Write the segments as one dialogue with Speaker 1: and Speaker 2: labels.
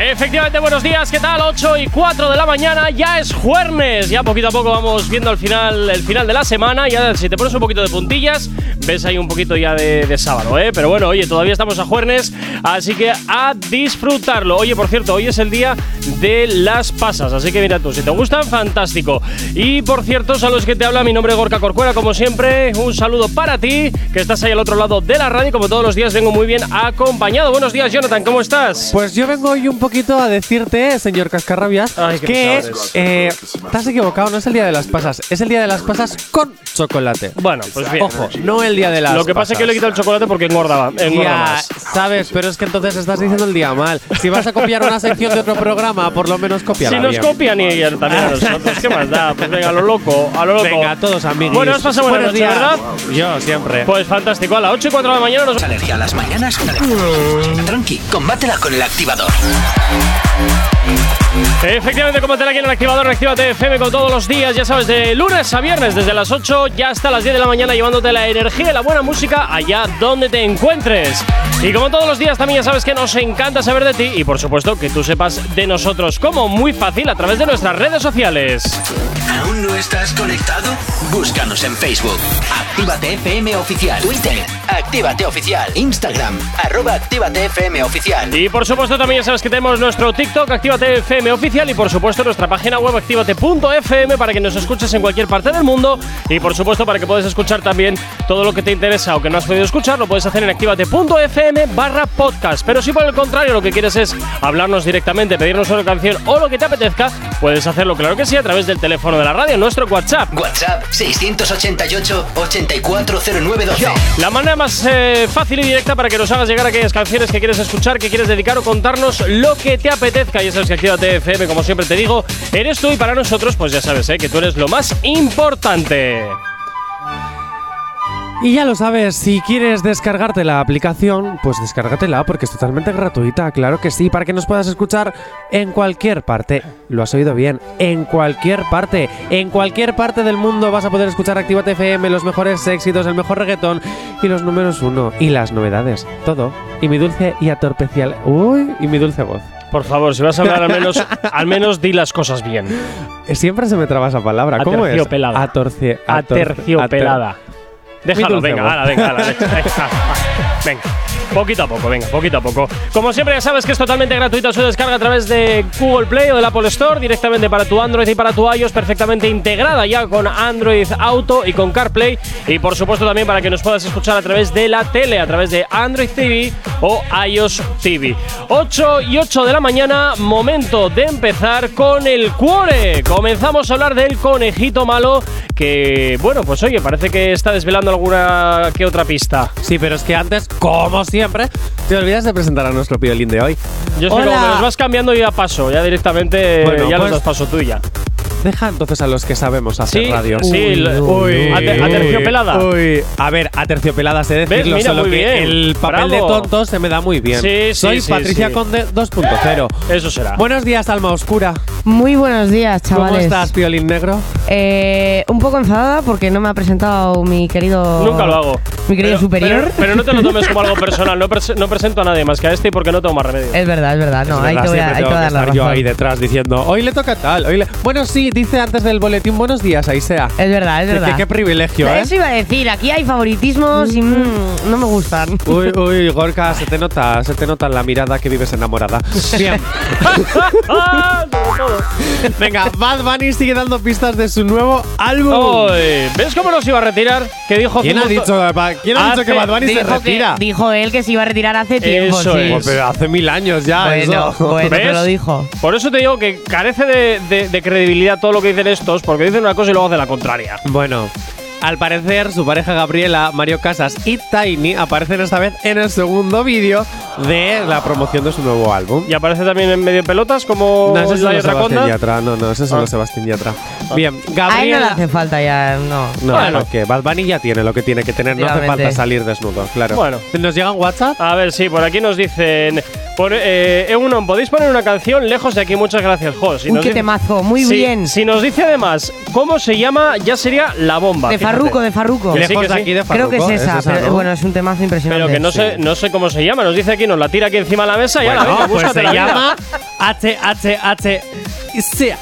Speaker 1: Efectivamente, buenos días, ¿qué tal? 8 y 4 de la mañana, ya es jueves, ya poquito a poco vamos viendo al final, el final de la semana, ya si te pones un poquito de puntillas, ves ahí un poquito ya de, de sábado, ¿eh? Pero bueno, oye, todavía estamos a jueves, así que a disfrutarlo. Oye, por cierto, hoy es el día de las pasas, así que mira tú, si te gustan, fantástico. Y por cierto, a los que te habla, mi nombre es Gorka Corcuera, como siempre, un saludo para ti, que estás ahí al otro lado de la radio, y como todos los días vengo muy bien acompañado. Buenos días, Jonathan, ¿cómo estás?
Speaker 2: Pues yo vengo hoy un poquito a decirte, señor Cascarrabias,
Speaker 1: Ay, qué
Speaker 2: que
Speaker 1: pesados.
Speaker 2: eh, te has equivocado, no es el día de las pasas, es el día de las pasas con chocolate.
Speaker 1: Bueno, pues bien.
Speaker 2: Ojo, no el día de las
Speaker 1: Lo que pasa es que le he
Speaker 2: pasas.
Speaker 1: quitado el chocolate porque engordaba. Engorda
Speaker 2: Ya,
Speaker 1: más.
Speaker 2: sabes, pero es que entonces estás diciendo el día mal. Si vas a copiar una sección de otro programa, por lo menos copiarla
Speaker 1: Si nos
Speaker 2: bien.
Speaker 1: copian y ellos también a nosotros, ¿qué más da? Pues venga, a lo loco, a lo loco.
Speaker 2: Venga, todos amigos.
Speaker 1: Bueno, os pasamos buena
Speaker 2: Buenos
Speaker 1: noche,
Speaker 2: días.
Speaker 1: ¿verdad?
Speaker 2: Yo siempre.
Speaker 1: Pues fantástico, a las 8 y 4 de la mañana nos...
Speaker 3: Alergia a las mañanas. Tranqui, combátela con el activador.
Speaker 1: Efectivamente, combátela aquí en el activador, actívate FM con todos los días, ya sabes, de lunes a viernes, desde las 8 ya hasta las 10 de la mañana, llevándote la energía y la buena música allá donde te encuentres. Y como todos los días, también ya sabes que nos encanta saber de ti y, por supuesto, que tú sepas de nosotros, como muy fácil, a través de nuestras redes sociales.
Speaker 3: ¿Aún no estás conectado? Búscanos en Facebook. Actívate FM Oficial. Twitter. Actívate Oficial. Instagram. Arroba Actívate FM Oficial.
Speaker 1: Y por supuesto también ya sabes que tenemos nuestro TikTok, Actívate FM oficial y por supuesto nuestra página web activate.fm para que nos escuches en cualquier parte del mundo y por supuesto para que puedas escuchar también todo lo que te interesa o que no has podido escuchar, lo puedes hacer en activate.fm barra podcast. Pero si por el contrario lo que quieres es hablarnos directamente, pedirnos una canción o lo que te apetezca, puedes hacerlo claro que sí a través del teléfono de la radio, nuestro WhatsApp.
Speaker 3: WhatsApp 688 840912.
Speaker 1: La manera más eh, fácil y directa para que nos hagas llegar aquellas canciones que quieres escuchar, que quieres dedicar o contarnos lo que te apetezca. Y eso es que Actívate FM, como siempre te digo, eres tú y para nosotros, pues ya sabes, eh, que tú eres lo más importante.
Speaker 2: Y ya lo sabes, si quieres descargarte la aplicación, pues descárgatela porque es totalmente gratuita, claro que sí, para que nos puedas escuchar en cualquier parte. Lo has oído bien, en cualquier parte, en cualquier parte del mundo vas a poder escuchar Actívate FM, los mejores éxitos, el mejor reggaetón y los números uno y las novedades, todo. Y mi dulce y atorpecial, uy, y mi dulce voz.
Speaker 1: Por favor, si vas a hablar, al menos, al menos di las cosas bien.
Speaker 2: Eh, Siempre se me traba esa palabra, ¿cómo es?
Speaker 1: Aterciopelada.
Speaker 2: Atorce, ator-
Speaker 1: Aterciopelada. Déjalo,
Speaker 2: dulce
Speaker 1: venga,
Speaker 2: amor.
Speaker 1: ala, venga, ala, venga, venga, venga. Poquito a poco, venga, poquito a poco. Como siempre, ya sabes que es totalmente gratuita su descarga a través de Google Play o del Apple Store, directamente para tu Android y para tu iOS, perfectamente integrada ya con Android Auto y con CarPlay. Y por supuesto también para que nos puedas escuchar a través de la tele, a través de Android TV o iOS TV. 8 y 8 de la mañana, momento de empezar con el cuore. Comenzamos a hablar del conejito malo que, bueno, pues oye, parece que está desvelando alguna que otra pista.
Speaker 2: Sí, pero es que antes, como siempre, te olvidas de presentar a nuestro piolín de hoy.
Speaker 1: Yo sé que
Speaker 2: Hola.
Speaker 1: como me los vas cambiando ya paso, ya directamente
Speaker 2: Bueno,
Speaker 1: ya los
Speaker 2: pues-
Speaker 1: das paso tuya.
Speaker 2: Deja entonces a los que sabemos hacer
Speaker 1: Sí,
Speaker 2: radio.
Speaker 1: sí, lo- Ate- aterciopelada.
Speaker 2: uy. A ver, aterciopelada sé decirlo,
Speaker 1: Mira,
Speaker 2: solo
Speaker 1: muy
Speaker 2: que
Speaker 1: bien.
Speaker 2: el papel
Speaker 1: Bravo.
Speaker 2: de tonto se me da muy bien.
Speaker 1: Sí, sí,
Speaker 2: Soy
Speaker 1: sí,
Speaker 2: Patricia
Speaker 1: sí.
Speaker 2: Conde 2.0.
Speaker 1: Eso será.
Speaker 2: Buenos días, alma oscura.
Speaker 4: Muy buenos días, chavales.
Speaker 2: ¿Cómo estás, piolín negro?
Speaker 4: Eh, un poco enfadada porque no me ha presentado mi querido.
Speaker 1: Nunca lo hago.
Speaker 4: Mi querido
Speaker 1: Pero-
Speaker 4: superior.
Speaker 1: Pero, pero no te lo tomes como algo personal. No, prese- no presento a nadie más que a este y porque no tengo más remedio.
Speaker 4: es verdad, es verdad. No,
Speaker 2: Es
Speaker 4: ahí
Speaker 2: verdad,
Speaker 4: te voy
Speaker 2: siempre
Speaker 4: a, ahí te voy
Speaker 2: tengo
Speaker 4: a
Speaker 2: que
Speaker 4: dar la
Speaker 2: estar yo ahí
Speaker 4: razón.
Speaker 2: detrás diciendo, hoy le toca tal, hoy le... Bueno, sí, dice antes del boletín, buenos días, ahí sea.
Speaker 4: Es verdad, es verdad.
Speaker 2: Qué privilegio, ¿eh?
Speaker 4: Eso iba a decir, aquí hay favoritismos y mm, no me gustan.
Speaker 2: Uy, uy, Gorka, se te nota, se te nota en la mirada que vives enamorada. Bien.
Speaker 1: ¡Ah! Sobre todo.
Speaker 2: Venga, Bad Bunny sigue dando pistas de su nuevo álbum.
Speaker 1: Oy, ¿Ves cómo nos iba a retirar? Que dijo
Speaker 2: ¿Quién ha
Speaker 1: hace un
Speaker 2: dicho,
Speaker 1: montón-
Speaker 2: Ba- ¿quién ha dicho
Speaker 1: Hace-
Speaker 2: que Bad Bunny se
Speaker 4: dijo, que,
Speaker 2: retira?
Speaker 4: dijo él que se iba a retirar hace tiempo.
Speaker 1: Eso
Speaker 4: sí.
Speaker 1: es.
Speaker 2: Pues, pero hace mil años ya.
Speaker 4: Bueno,
Speaker 2: eso.
Speaker 4: bueno,
Speaker 1: ¿Ves?
Speaker 4: pero lo dijo.
Speaker 1: Por eso te digo que carece de, de- de credibilidad todo lo que dicen estos, porque dicen una cosa y luego hacen la contraria.
Speaker 2: Bueno, al parecer, su pareja Gabriela, Mario Casas y Tiny aparecen esta vez en el segundo vídeo de la promoción de su nuevo álbum.
Speaker 1: Y aparece también en medio pelotas como
Speaker 2: No, eso es
Speaker 1: la
Speaker 2: solo
Speaker 1: Yatraconda.
Speaker 2: Sebastián Yatra. No, no, eso es
Speaker 1: Ah.
Speaker 2: solo Sebastián Yatra. Bien,
Speaker 4: A él no le
Speaker 2: Gabriela.
Speaker 4: hace falta ya, no.
Speaker 2: No,
Speaker 1: Bueno.
Speaker 2: porque Bad Bunny ya tiene lo que tiene que tener, no hace
Speaker 4: Efectivamente.
Speaker 2: falta salir desnudo, claro.
Speaker 1: Bueno.
Speaker 2: ¿Nos llega un WhatsApp?
Speaker 1: A ver, sí, por aquí nos dicen. Pon- eh, Eunon, podéis poner una canción lejos de aquí. Muchas gracias, Jos. Si
Speaker 4: Uy,
Speaker 1: nos
Speaker 4: qué
Speaker 1: dice-
Speaker 4: temazo, muy
Speaker 1: Sí,
Speaker 4: bien.
Speaker 1: Si nos dice además cómo se llama, ya sería la bomba.
Speaker 4: de
Speaker 1: fíjate.
Speaker 4: Farruco, de Farruco.
Speaker 1: Que sí,
Speaker 2: Lejos
Speaker 1: que
Speaker 2: de
Speaker 1: sí.
Speaker 2: aquí de
Speaker 4: Creo que es
Speaker 2: Farruko, ¿eh?
Speaker 4: esa, pero
Speaker 2: ¿no?
Speaker 4: bueno, es un temazo impresionante.
Speaker 1: Pero que no sé, no sé cómo se llama. Nos dice aquí, nos la tira aquí encima de la mesa y ahora
Speaker 2: Bueno,
Speaker 1: venga,
Speaker 2: pues
Speaker 1: búscate
Speaker 2: se
Speaker 1: la vida.
Speaker 2: llama HHH. y sea.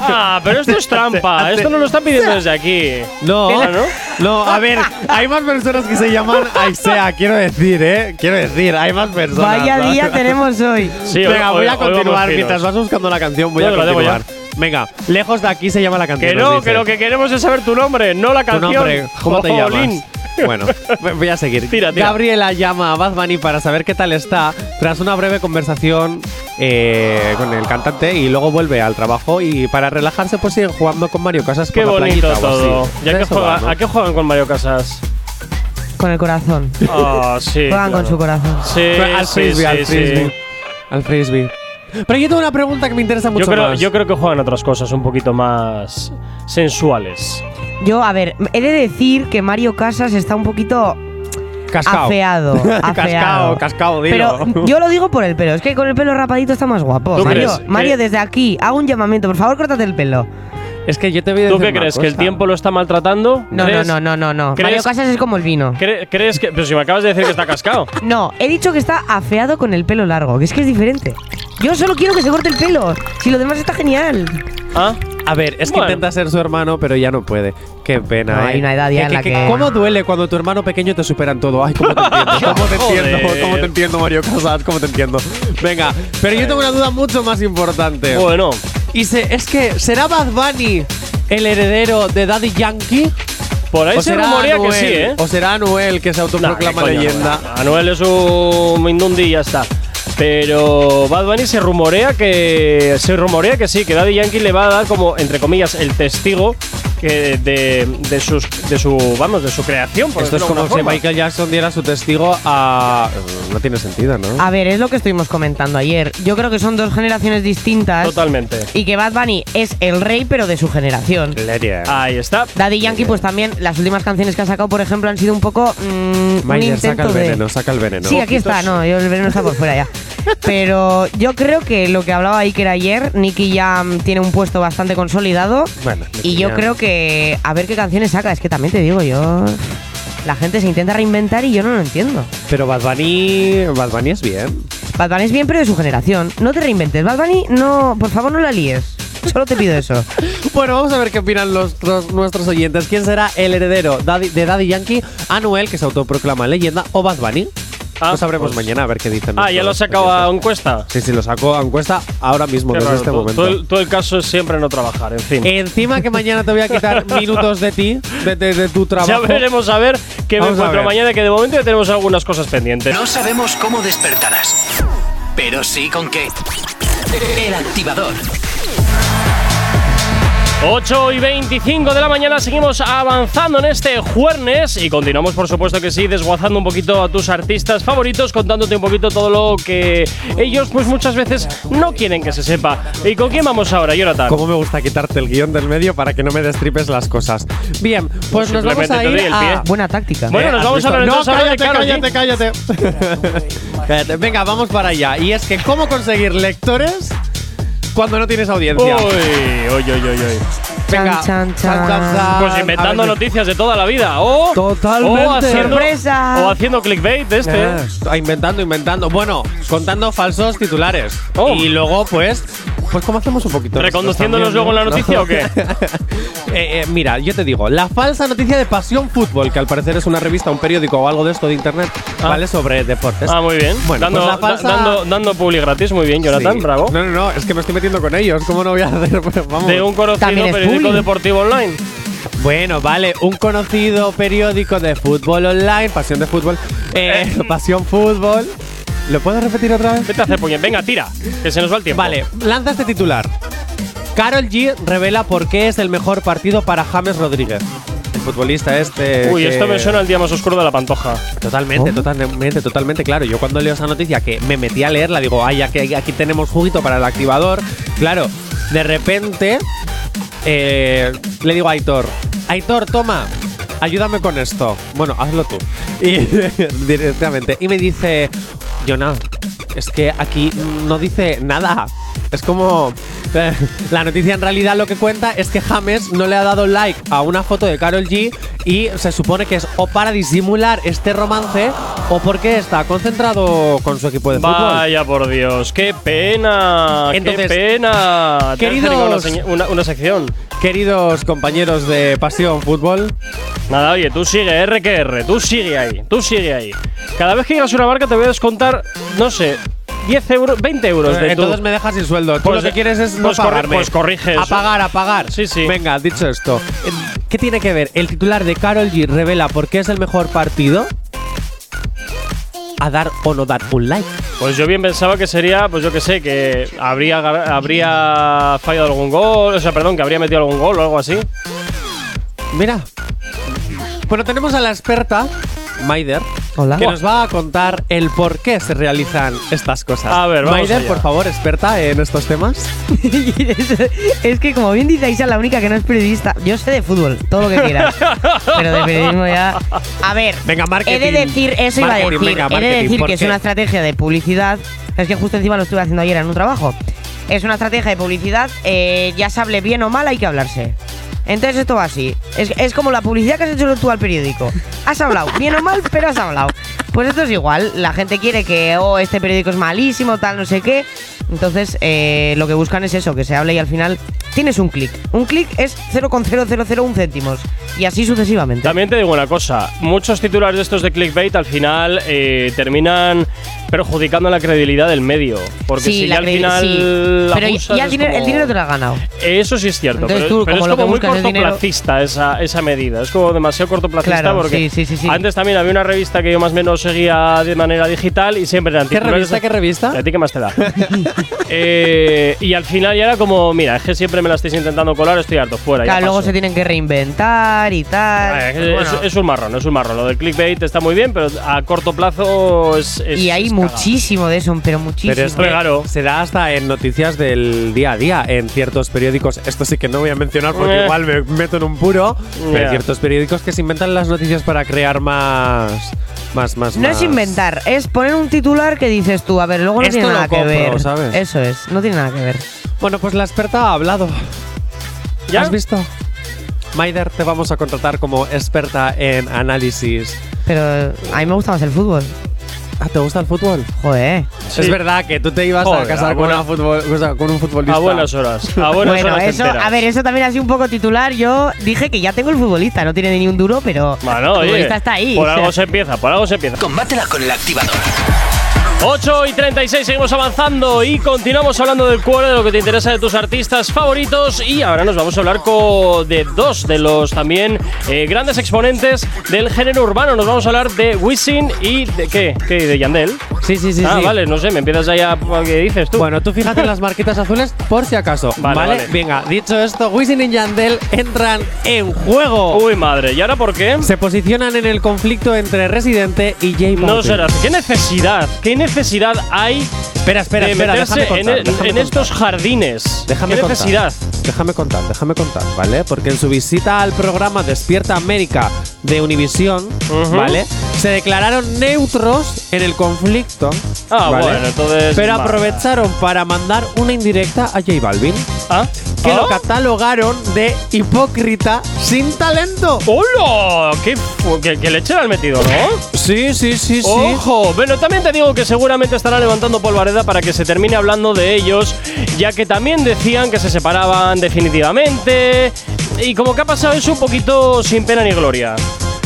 Speaker 1: Ah, pero esto es trampa. esto no lo están pidiendo desde aquí.
Speaker 2: No,
Speaker 1: Ah, ¿no?
Speaker 2: no, a ver, hay más personas que se llaman Aisea, quiero decir, ¿eh? Quiero decir, hay más personas.
Speaker 4: Vaya
Speaker 2: ¿sabes?
Speaker 4: día tenemos hoy.
Speaker 1: Sí, hoy-
Speaker 2: Venga,
Speaker 1: hoy-
Speaker 2: voy
Speaker 1: hoy
Speaker 2: a
Speaker 1: vamos
Speaker 2: continuar.
Speaker 1: finos.
Speaker 2: Mientras vas buscando la canción, voy
Speaker 1: No,
Speaker 2: a
Speaker 1: te la debo
Speaker 2: continuar. Venga, lejos de aquí se llama la canción.
Speaker 1: Que
Speaker 2: nos
Speaker 1: no,
Speaker 2: dice.
Speaker 1: que lo que queremos es saber tu nombre, no la
Speaker 2: Tu
Speaker 1: canción.
Speaker 2: nombre, ¿cómo te
Speaker 1: Jolín.
Speaker 2: llamas? Bueno, v- voy a seguir.
Speaker 1: Tira, tira.
Speaker 2: Gabriela llama a Bad Bunny para saber qué tal está tras una breve conversación eh, con el cantante y luego vuelve al trabajo y para relajarse pues siguen jugando con Mario Casas
Speaker 1: Qué
Speaker 2: por la
Speaker 1: bonito
Speaker 2: playita o así.
Speaker 1: todo. ¿Y a
Speaker 2: De
Speaker 1: qué,
Speaker 2: eso
Speaker 1: juega-
Speaker 2: va, ¿no?
Speaker 1: a qué juegan con Mario Casas?
Speaker 4: Con el corazón.
Speaker 1: Ah, sí.
Speaker 4: Juegan con
Speaker 1: claro.
Speaker 4: su corazón.
Speaker 1: Sí,
Speaker 2: al
Speaker 1: sí,
Speaker 2: frisbee,
Speaker 1: sí,
Speaker 2: al
Speaker 1: sí.
Speaker 2: frisbee. Al frisbee. Pero yo tengo una pregunta que me interesa mucho
Speaker 1: Yo creo,
Speaker 2: más.
Speaker 1: yo creo que juegan otras cosas un poquito más sensuales.
Speaker 4: Yo, a ver, he de decir que Mario Casas está un poquito
Speaker 2: Cascao.
Speaker 4: afeado. afeado.
Speaker 2: Cascao, cascao, dilo.
Speaker 4: Pero yo lo digo por el pelo, es que con el pelo rapadito está más guapo.
Speaker 1: ¿Tú
Speaker 4: Mario,
Speaker 1: crees?
Speaker 4: Mario,
Speaker 1: ¿Qué?
Speaker 4: desde aquí, hago un llamamiento, por favor, córtate el pelo.
Speaker 2: Es que yo te voy a
Speaker 1: ¿Tú
Speaker 2: decir
Speaker 1: qué
Speaker 2: una
Speaker 1: crees? ¿Que el
Speaker 2: cosa.
Speaker 1: tiempo lo está maltratando?
Speaker 4: No, no,
Speaker 1: ¿Crees-
Speaker 4: no, no, no, no.
Speaker 1: ¿Crees-
Speaker 4: Mario Casas es como el vino.
Speaker 1: cre- ¿Crees que.? Pero si me acabas de decir que está cascado.
Speaker 4: No, he dicho que está afeado con el pelo largo, que es que es diferente. Yo solo quiero que se corte el pelo, si lo demás está genial.
Speaker 1: ¿Ah?
Speaker 2: A ver, es que
Speaker 1: Bueno.
Speaker 2: intenta ser su hermano, pero ya no puede. Qué pena.
Speaker 4: No,
Speaker 2: ¿eh?
Speaker 4: hay una edad ya
Speaker 2: Eh,
Speaker 4: en la que-
Speaker 2: ¿Cómo duele cuando tu hermano pequeño te supera en todo? Ay, cómo te entiendo, cómo te entiendo,
Speaker 1: Joder.
Speaker 2: cómo te entiendo, Mario Casas, cómo te entiendo. Venga, pero yo tengo una duda mucho más importante.
Speaker 1: Bueno.
Speaker 2: Y se- es que, ¿será Bad Bunny el heredero de Daddy Yankee?
Speaker 1: Por
Speaker 2: Pues
Speaker 1: ahí se rumorea que
Speaker 2: Anuel?
Speaker 1: sí, ¿eh?
Speaker 2: ¿O será Anuel que se
Speaker 1: Nah,
Speaker 2: autoproclama
Speaker 1: qué coño,
Speaker 2: leyenda?
Speaker 1: Anuel. Anuel es un indundi y ya está. Pero Bad Bunny se rumorea que se rumorea que sí, que Daddy Yankee le va a dar como entre comillas el testigo que de, de sus de su vamos de su creación. Por
Speaker 2: Esto es
Speaker 1: decirlo de
Speaker 2: como
Speaker 1: alguna
Speaker 2: si
Speaker 1: forma.
Speaker 2: Michael Jackson diera su testigo a. No tiene sentido, ¿no?
Speaker 4: A ver, es lo que estuvimos comentando ayer. Yo creo que son dos generaciones distintas.
Speaker 1: Totalmente.
Speaker 4: Y que Bad Bunny es el rey, pero de su generación.
Speaker 1: Ahí está.
Speaker 4: Daddy Yankee, pues también las últimas canciones que ha sacado, por ejemplo, han sido un poco mm, un
Speaker 2: Maider, saca
Speaker 4: intento
Speaker 2: el
Speaker 4: de.
Speaker 2: veneno, saca el veneno.
Speaker 4: Sí, aquí está, no, yo el veneno está por fuera ya. Pero yo creo que lo que hablaba Iker ayer, Nicky ya mm, tiene un puesto bastante consolidado.
Speaker 2: Bueno,
Speaker 4: y yo
Speaker 2: ya.
Speaker 4: creo que a ver qué canciones saca, es que también te digo, yo la gente se intenta reinventar y yo no lo entiendo.
Speaker 2: Pero Bad Bunny, Bad Bunny es bien.
Speaker 4: Bad Bunny es bien pero de su generación, no te reinventes, Bad Bunny no, por favor, no la líes. Solo te pido eso.
Speaker 2: Bueno, vamos a ver qué opinan los, los- nuestros oyentes. ¿Quién será el heredero Daddy- de Daddy Yankee, Anuel, que se autoproclama leyenda, o Bad Bunny?
Speaker 1: Ah,
Speaker 2: lo sabremos
Speaker 1: pues-
Speaker 2: mañana a ver qué dicen.
Speaker 1: Ah, ya lo he
Speaker 2: nuestros
Speaker 1: sacado a
Speaker 2: oyentes.
Speaker 1: encuesta.
Speaker 2: Sí, sí, lo saco a encuesta ahora mismo,
Speaker 1: Qué
Speaker 2: desde
Speaker 1: raro,
Speaker 2: este
Speaker 1: todo-
Speaker 2: momento. Eh,
Speaker 1: todo el- todo el caso es siempre no trabajar, en fin.
Speaker 2: Encima que mañana te voy a quitar minutos de ti, de, de- de tu trabajo.
Speaker 1: ya veremos a ver qué me
Speaker 2: Vamos a
Speaker 1: encuentro
Speaker 2: ver.
Speaker 1: mañana, que de momento ya tenemos algunas cosas pendientes.
Speaker 3: No sabemos cómo despertarás, pero sí con qué. El activador.
Speaker 1: 8 y 25 de la mañana seguimos avanzando en este jueves y continuamos por supuesto que sí desguazando un poquito a tus artistas favoritos contándote un poquito todo lo que ellos pues muchas veces no quieren que se sepa. ¿Y con quién vamos ahora, Jonathan?
Speaker 2: Cómo me gusta quitarte el guión del medio para que no me destripes las cosas. Bien, pues nos vamos
Speaker 1: simplemente
Speaker 2: a
Speaker 1: te
Speaker 2: ir
Speaker 1: doy el
Speaker 2: a...
Speaker 1: pie.
Speaker 4: Buena táctica.
Speaker 1: Bueno, nos
Speaker 2: ¿Has
Speaker 1: vamos a
Speaker 2: visto?
Speaker 1: hablar
Speaker 2: No,
Speaker 1: entonces ahora de Karol
Speaker 2: cállate, cállate, cállate. Cállate. Venga, vamos para allá. Y es que, ¿cómo conseguir lectores cuando no tienes audiencia?
Speaker 1: Uy, uy, uy, uy, uy.
Speaker 2: Venga,
Speaker 4: Chan, chan,
Speaker 2: chan, chan,
Speaker 4: chan.
Speaker 2: chan.
Speaker 1: Pues inventando
Speaker 2: Ah, A ver,
Speaker 1: noticias de toda la vida o
Speaker 2: Totalmente.
Speaker 1: o haciendo,
Speaker 4: Sorpresa.
Speaker 1: o haciendo clickbait de este.
Speaker 2: Ah, inventando, inventando. Bueno, contando falsos titulares.
Speaker 1: Oh.
Speaker 2: Y luego, pues, pues ¿cómo hacemos un poquito?
Speaker 1: ¿Reconduciéndonos
Speaker 2: nosotros
Speaker 1: luego en la
Speaker 2: también,
Speaker 1: noticia
Speaker 2: ¿no? Eh, eh, mira, yo te digo, la falsa noticia de Pasión Fútbol, que al parecer es una revista, un periódico o algo de esto de internet,
Speaker 1: Ah.
Speaker 2: ¿vale? Sobre deportes.
Speaker 1: Ah, muy bien.
Speaker 2: Bueno,
Speaker 1: dando,
Speaker 2: pues la falsa-
Speaker 1: da- dando, dando publi gratis, muy bien, Jonathan,
Speaker 2: Sí.
Speaker 1: bravo.
Speaker 2: No, no, no, es que me estoy metiendo con ellos. ¿Cómo no voy a hacer? Pues Vamos.
Speaker 1: De un conocido
Speaker 4: También es
Speaker 1: periódico
Speaker 4: bullying.
Speaker 1: deportivo online.
Speaker 2: Bueno, vale, un conocido periódico de fútbol online, Pasión de Fútbol, eh, Pasión Fútbol. ¿Lo puedes repetir otra vez?
Speaker 1: Vete a hacer puñet. Venga, tira, que se nos va el tiempo.
Speaker 2: Vale, lanza este titular. Carol G revela por qué es el mejor partido para James Rodríguez. El futbolista este.
Speaker 1: Uy,
Speaker 2: que-
Speaker 1: esto me suena el día más oscuro de la pantoja.
Speaker 2: Totalmente, totalmente, totalmente claro. Yo cuando leo esa noticia que me metí a leerla, digo, ay, aquí, aquí tenemos juguito para el activador. Claro, de repente eh, le digo a Aitor, Aitor, toma, ayúdame con esto. Bueno, hazlo tú. Y directamente. Y me dice, Jonah, es que aquí no dice nada. Es como. La noticia en realidad lo que cuenta es que James no le ha dado like a una foto de Carol G y se supone que es o para disimular este romance o porque está concentrado con su equipo de fútbol.
Speaker 1: Vaya por Dios, qué pena,
Speaker 2: Entonces,
Speaker 1: qué pena. Tenemos que
Speaker 2: queridos-
Speaker 1: tener una, una- una sección.
Speaker 2: Queridos compañeros de Pasión Fútbol,
Speaker 1: Nada, oye, tú sigue, R que R, tú sigue ahí, tú sigue ahí. Cada vez que llegas a una marca te voy a descontar, no sé, 10 euros, 20 euros de tu-
Speaker 2: entonces me dejas sin sueldo. Tú
Speaker 1: Pues
Speaker 2: lo que
Speaker 1: de-
Speaker 2: quieres es no
Speaker 1: pues corri-
Speaker 2: pagarme.
Speaker 1: pues corrige eso.
Speaker 2: Apagar, apagar.
Speaker 1: Sí, sí.
Speaker 2: Venga, dicho esto, ¿qué tiene que ver? El titular de Carol G revela por qué es el mejor partido a dar o no dar un like.
Speaker 1: Pues yo bien pensaba que sería, pues yo que sé, que habría, gar- habría fallado algún gol, o sea, perdón, que habría metido algún gol o algo así.
Speaker 2: Mira. Bueno, tenemos a la experta, Maider,
Speaker 4: Hola.
Speaker 2: que nos va a contar el por qué se realizan estas cosas.
Speaker 1: A ver, vamos
Speaker 2: Maider,
Speaker 1: allá.
Speaker 2: por favor, experta en estos temas.
Speaker 4: es que como bien dice Aisa, la única que no es periodista. Yo sé de fútbol, todo lo que quieras. pero de periodismo ya. A ver,
Speaker 2: Venga, marketing.
Speaker 4: he de decir, eso iba a
Speaker 2: Marketing,
Speaker 4: decir.
Speaker 2: venga,
Speaker 4: he de
Speaker 2: marketing,
Speaker 4: decir
Speaker 2: ¿por
Speaker 4: que es
Speaker 2: qué?
Speaker 4: una estrategia de publicidad. Es que justo encima lo estuve haciendo ayer en un trabajo. Es una estrategia de publicidad, eh, ya se hable bien o mal, hay que hablarse. Entonces esto va así. Es, es como la publicidad que has hecho tú al periódico. Has hablado, bien o mal, pero has hablado. Pues esto es igual. La gente quiere que, oh, este periódico es malísimo, tal, no sé qué. Entonces eh, lo que buscan es eso, que se hable y al final tienes un clic. Un clic es 0,0001 céntimos. Y así sucesivamente.
Speaker 1: También te digo una cosa, muchos titulares de estos de clickbait al final eh, terminan perjudicando la credibilidad del medio, porque si ya al
Speaker 4: credi-
Speaker 1: final
Speaker 4: sí. Pero
Speaker 1: abusas,
Speaker 4: ya
Speaker 1: es
Speaker 4: dinero- el
Speaker 1: como-
Speaker 4: dinero te lo has ganado.
Speaker 1: Eso sí es cierto,
Speaker 4: Entonces
Speaker 1: pero,
Speaker 4: tú,
Speaker 1: pero
Speaker 4: como
Speaker 1: es como
Speaker 4: lo que
Speaker 1: muy
Speaker 4: buscas es dinero-
Speaker 1: cortoplacista esa, esa medida, es como demasiado cortoplacista
Speaker 4: Claro,
Speaker 1: porque
Speaker 4: sí, sí, sí, sí.
Speaker 1: antes también había una revista que yo más o menos seguía de manera digital y siempre eran
Speaker 2: ¿Qué
Speaker 1: titulares
Speaker 2: revista?
Speaker 1: de-
Speaker 2: ¿Qué
Speaker 1: ¿A
Speaker 2: revista?
Speaker 1: ti qué más te da? Eh, y al final ya era como, mira, es que siempre me la estáis intentando colar, estoy harto, fuera. ya
Speaker 4: Claro, luego
Speaker 1: paso.
Speaker 4: se tienen que reinventar y tal.
Speaker 1: Ah, es,
Speaker 4: Eh, Bueno,
Speaker 1: es- es un marrón, es un marrón. Lo del clickbait está muy bien, pero a corto plazo es. es-
Speaker 4: y hay
Speaker 1: es cagada.
Speaker 4: muchísimo de eso, pero muchísimo.
Speaker 2: Pero esto
Speaker 1: Hombre, claro.
Speaker 2: se da hasta en noticias del día a día, en ciertos periódicos. Esto sí que no voy a mencionar porque
Speaker 1: Eh.
Speaker 2: igual me meto en un puro. Pero
Speaker 1: Ya.
Speaker 2: hay ciertos periódicos que se inventan las noticias para crear más. Más, más,
Speaker 4: no es
Speaker 2: más.
Speaker 4: inventar, es poner un titular que dices tú, a ver, luego no
Speaker 2: Esto
Speaker 4: tiene
Speaker 2: lo
Speaker 4: nada que
Speaker 2: compro,
Speaker 4: ver.
Speaker 2: ¿sabes?
Speaker 4: Eso es, no tiene nada que ver.
Speaker 2: Bueno, pues la experta ha hablado.
Speaker 1: ¿Ya?
Speaker 2: ¿Has visto? Maider, te vamos a contratar como experta en análisis.
Speaker 4: Pero a mí me gusta más el fútbol.
Speaker 2: Ah, ¿te gusta el fútbol?
Speaker 4: Joder.
Speaker 1: Sí.
Speaker 2: Es verdad que tú te ibas
Speaker 1: Joder,
Speaker 2: a casar
Speaker 1: a
Speaker 2: con,
Speaker 1: buena-
Speaker 2: una futbol- o sea, con un futbolista.
Speaker 1: A buenas horas. A buenas
Speaker 4: bueno,
Speaker 1: horas. te
Speaker 4: eso,
Speaker 1: enteras.
Speaker 4: a ver, eso también ha sido un poco titular. Yo dije que ya tengo el futbolista, no tiene ni un duro, pero
Speaker 1: Bueno,
Speaker 4: el
Speaker 1: oye,
Speaker 4: futbolista está ahí.
Speaker 1: Por algo se empieza, por algo se empieza.
Speaker 3: Combátela con el activador.
Speaker 1: 8 y 36, seguimos avanzando y continuamos hablando del cuore, de lo que te interesa de tus artistas favoritos. Y ahora nos vamos a hablar co- de dos de los también eh, grandes exponentes del género urbano. Nos vamos a hablar de Wisin y de qué? ¿Qué? ¿De Yandel?
Speaker 2: Sí, sí, sí.
Speaker 1: ah,
Speaker 2: sí.
Speaker 1: vale, no sé, me empiezas ya a qué dices tú.
Speaker 2: Bueno, tú fíjate en las marquitas azules por si acaso.
Speaker 1: Vale,
Speaker 2: Vale,
Speaker 1: vale.
Speaker 2: Venga, dicho esto, Wisin y Yandel entran en juego.
Speaker 1: Uy, madre, ¿y ahora por qué?
Speaker 2: Se posicionan en el conflicto entre Residente y J Balvin.
Speaker 1: No será. ¿Qué necesidad? ¿Qué necesidad hay
Speaker 2: Espera, espera,
Speaker 1: de
Speaker 2: espera.
Speaker 1: meterse
Speaker 2: Déjame contar,
Speaker 1: en, el-
Speaker 2: déjame
Speaker 1: en
Speaker 2: contar.
Speaker 1: estos jardines?
Speaker 2: Déjame
Speaker 1: ¿Qué
Speaker 2: contar.
Speaker 1: necesidad?
Speaker 2: Déjame contar, déjame contar, ¿vale? Porque en su visita al programa Despierta América de Univisión,
Speaker 1: Ujú.
Speaker 2: ¿vale? Se declararon neutros en el conflicto.
Speaker 1: Ah,
Speaker 2: ¿vale?
Speaker 1: bueno, entonces.
Speaker 2: Pero
Speaker 1: va.
Speaker 2: aprovecharon para mandar una indirecta a J Balvin,
Speaker 1: ¿Ah?
Speaker 2: que lo
Speaker 1: ¿Ah?
Speaker 2: catalogaron de hipócrita sin talento.
Speaker 1: ¡Hola! ¿Qué, fu- qué, qué leche le han metido, no?
Speaker 2: Sí, sí, sí, sí.
Speaker 1: ¡Ojo! Bueno, también te digo que seguramente estará levantando polvareda para que se termine hablando de ellos, ya que también decían que se separaban definitivamente. Y como que ha pasado eso un poquito sin pena ni gloria.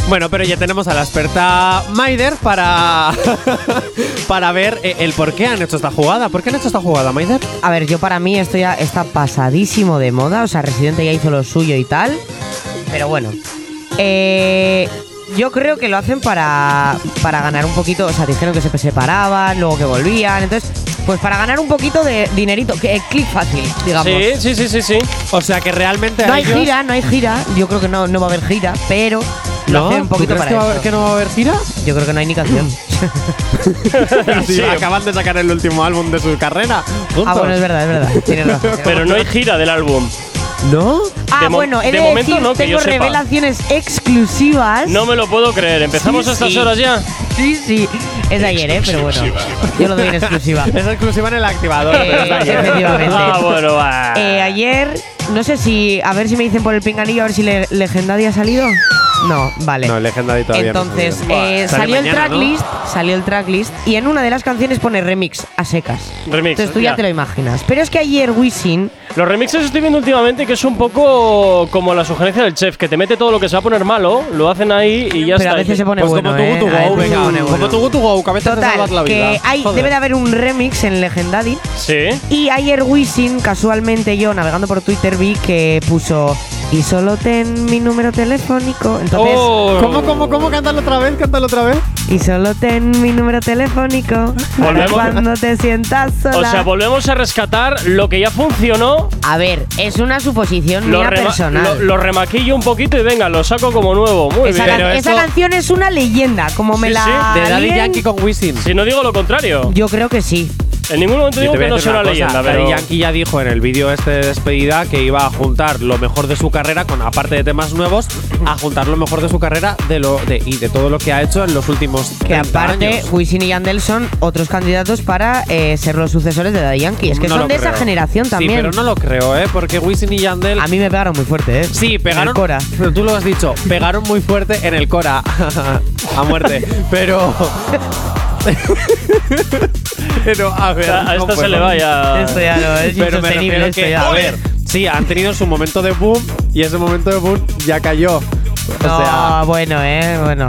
Speaker 2: Bueno, pero ya tenemos a la experta Maider para, para ver eh, el por qué han hecho esta jugada. ¿Por qué han hecho esta jugada, Maider?
Speaker 4: A ver, yo para mí esto ya está pasadísimo de moda. O sea, Residente ya hizo lo suyo y tal. Pero bueno. Eh, yo creo que lo hacen para, para ganar un poquito. O sea, dijeron que se separaban, luego que volvían. Entonces, pues para ganar un poquito de dinerito. Que, eh, clic fácil, digamos.
Speaker 1: Sí, sí, sí, sí, sí.
Speaker 2: O sea que realmente
Speaker 4: No
Speaker 2: a
Speaker 4: hay
Speaker 2: ellos-
Speaker 4: gira, no hay gira. Yo creo que no, no va a haber gira, pero lo
Speaker 2: ¿No?
Speaker 4: hacen un
Speaker 2: ¿Tú
Speaker 4: poquito
Speaker 2: crees
Speaker 4: para
Speaker 2: que, va a
Speaker 4: eso.
Speaker 2: haber- que no va a haber gira?
Speaker 4: Yo creo que no hay ni canción.
Speaker 1: Sí,
Speaker 2: acaban de sacar el último álbum de su carrera.
Speaker 4: ah, bueno, es verdad, es verdad. Tienes razón.
Speaker 1: Pero no hay gira del álbum.
Speaker 2: ¿No?
Speaker 4: Ah,
Speaker 1: de mo-
Speaker 4: bueno, he
Speaker 1: de
Speaker 4: de,
Speaker 1: momento
Speaker 4: decir,
Speaker 1: no, que yo
Speaker 4: tengo
Speaker 1: sepa.
Speaker 4: revelaciones exclusivas.
Speaker 1: No me lo puedo creer. ¿Empezamos
Speaker 4: Sí,
Speaker 1: a estas
Speaker 4: sí.
Speaker 1: horas ya?
Speaker 4: Sí, sí. Es de ayer, ¿eh? Pero bueno. Yo lo doy en exclusiva.
Speaker 2: Es exclusiva en el activador.
Speaker 4: Eh,
Speaker 2: pero es de ayer.
Speaker 4: efectivamente.
Speaker 1: Ah, bueno, va.
Speaker 4: Eh, ayer, no sé si. A ver si me dicen por el pinganillo, a ver si le- Legendary ha salido. No, vale.
Speaker 2: No, Legendary todavía no ha
Speaker 4: Entonces,
Speaker 2: salido. Sale
Speaker 4: eh, salió el
Speaker 2: mañana, ¿no?
Speaker 4: tracklist. Salió el tracklist. Y en una de las canciones pone remix a secas.
Speaker 1: Remix,
Speaker 4: Entonces tú ya,
Speaker 1: ya.
Speaker 4: te lo imaginas. Pero es que ayer Wisin.
Speaker 1: Los remixes estoy viendo últimamente que es un poco como la sugerencia del chef, que te mete todo lo que se va a poner malo, lo hacen ahí y ya está.
Speaker 4: Pero a veces se pone
Speaker 2: Pues
Speaker 4: bueno.
Speaker 2: como tu go
Speaker 4: ¿eh?
Speaker 2: to
Speaker 4: A
Speaker 2: go,
Speaker 4: veces se
Speaker 2: venga.
Speaker 4: pone bueno.
Speaker 2: Como tu go to go, que a veces te
Speaker 4: Total,
Speaker 2: salvas la vida.
Speaker 4: que hay,
Speaker 2: Joder.
Speaker 4: debe de haber un remix en Legendary.
Speaker 1: Sí.
Speaker 4: Y ayer Wisin, casualmente yo navegando por Twitter vi que puso y solo ten mi número telefónico. Entonces,
Speaker 1: Oh.
Speaker 2: ¿Cómo, cómo, cómo? Cántalo otra vez, cántalo otra vez.
Speaker 4: y solo ten mi número telefónico para
Speaker 1: Volvemos.
Speaker 4: cuando te sientas sola.
Speaker 1: O sea, volvemos a rescatar lo que ya funcionó,
Speaker 4: a ver, es una suposición
Speaker 1: lo,
Speaker 4: mía
Speaker 1: rema-
Speaker 4: personal.
Speaker 1: lo- lo remaquillo un poquito y venga, lo saco como nuevo. Muy
Speaker 4: esa,
Speaker 1: bien.
Speaker 4: can- esa canción es una leyenda, como me
Speaker 1: Sí,
Speaker 4: la
Speaker 1: sí,
Speaker 2: De Daddy
Speaker 4: líen,
Speaker 2: Yankee con Wisin.
Speaker 1: Si no digo lo contrario.
Speaker 4: Yo creo que sí.
Speaker 1: En ningún momento
Speaker 2: Yo
Speaker 1: digo
Speaker 2: te voy
Speaker 1: que
Speaker 2: a
Speaker 1: no
Speaker 2: decir
Speaker 1: sea una
Speaker 2: cosa,
Speaker 1: leyenda,
Speaker 2: Daddy
Speaker 1: pero.
Speaker 2: Yankee ya dijo en el vídeo este de despedida que iba a juntar lo mejor de su carrera con aparte de temas nuevos, a juntar lo mejor de su carrera de lo de, y de todo lo que ha hecho en los últimos
Speaker 4: Que
Speaker 2: 30
Speaker 4: aparte,
Speaker 2: años.
Speaker 4: Wisin y Yandel son otros candidatos para eh, ser los sucesores de Daddy Yankee. Es que
Speaker 2: No
Speaker 4: son
Speaker 2: lo
Speaker 4: de esa
Speaker 2: creo.
Speaker 4: generación también.
Speaker 2: Sí, pero no lo creo, ¿eh? Porque Wisin y Yandel
Speaker 4: A mí me pegaron muy fuerte, ¿eh?
Speaker 2: Sí, pegaron.
Speaker 4: El Cora.
Speaker 2: Pero tú lo has dicho, pegaron muy fuerte en el Cora. a muerte. Pero. pero, a ver.
Speaker 1: A, a
Speaker 2: no
Speaker 1: esto se
Speaker 2: puedo.
Speaker 1: le vaya.
Speaker 4: Esto ya no es
Speaker 2: Pero me refiero
Speaker 4: insostenible. esto
Speaker 2: que,
Speaker 4: ya.
Speaker 2: a ver, sí, han tenido su momento de boom y ese momento de boom ya cayó. O
Speaker 4: No,
Speaker 2: sea,
Speaker 4: bueno, eh, bueno.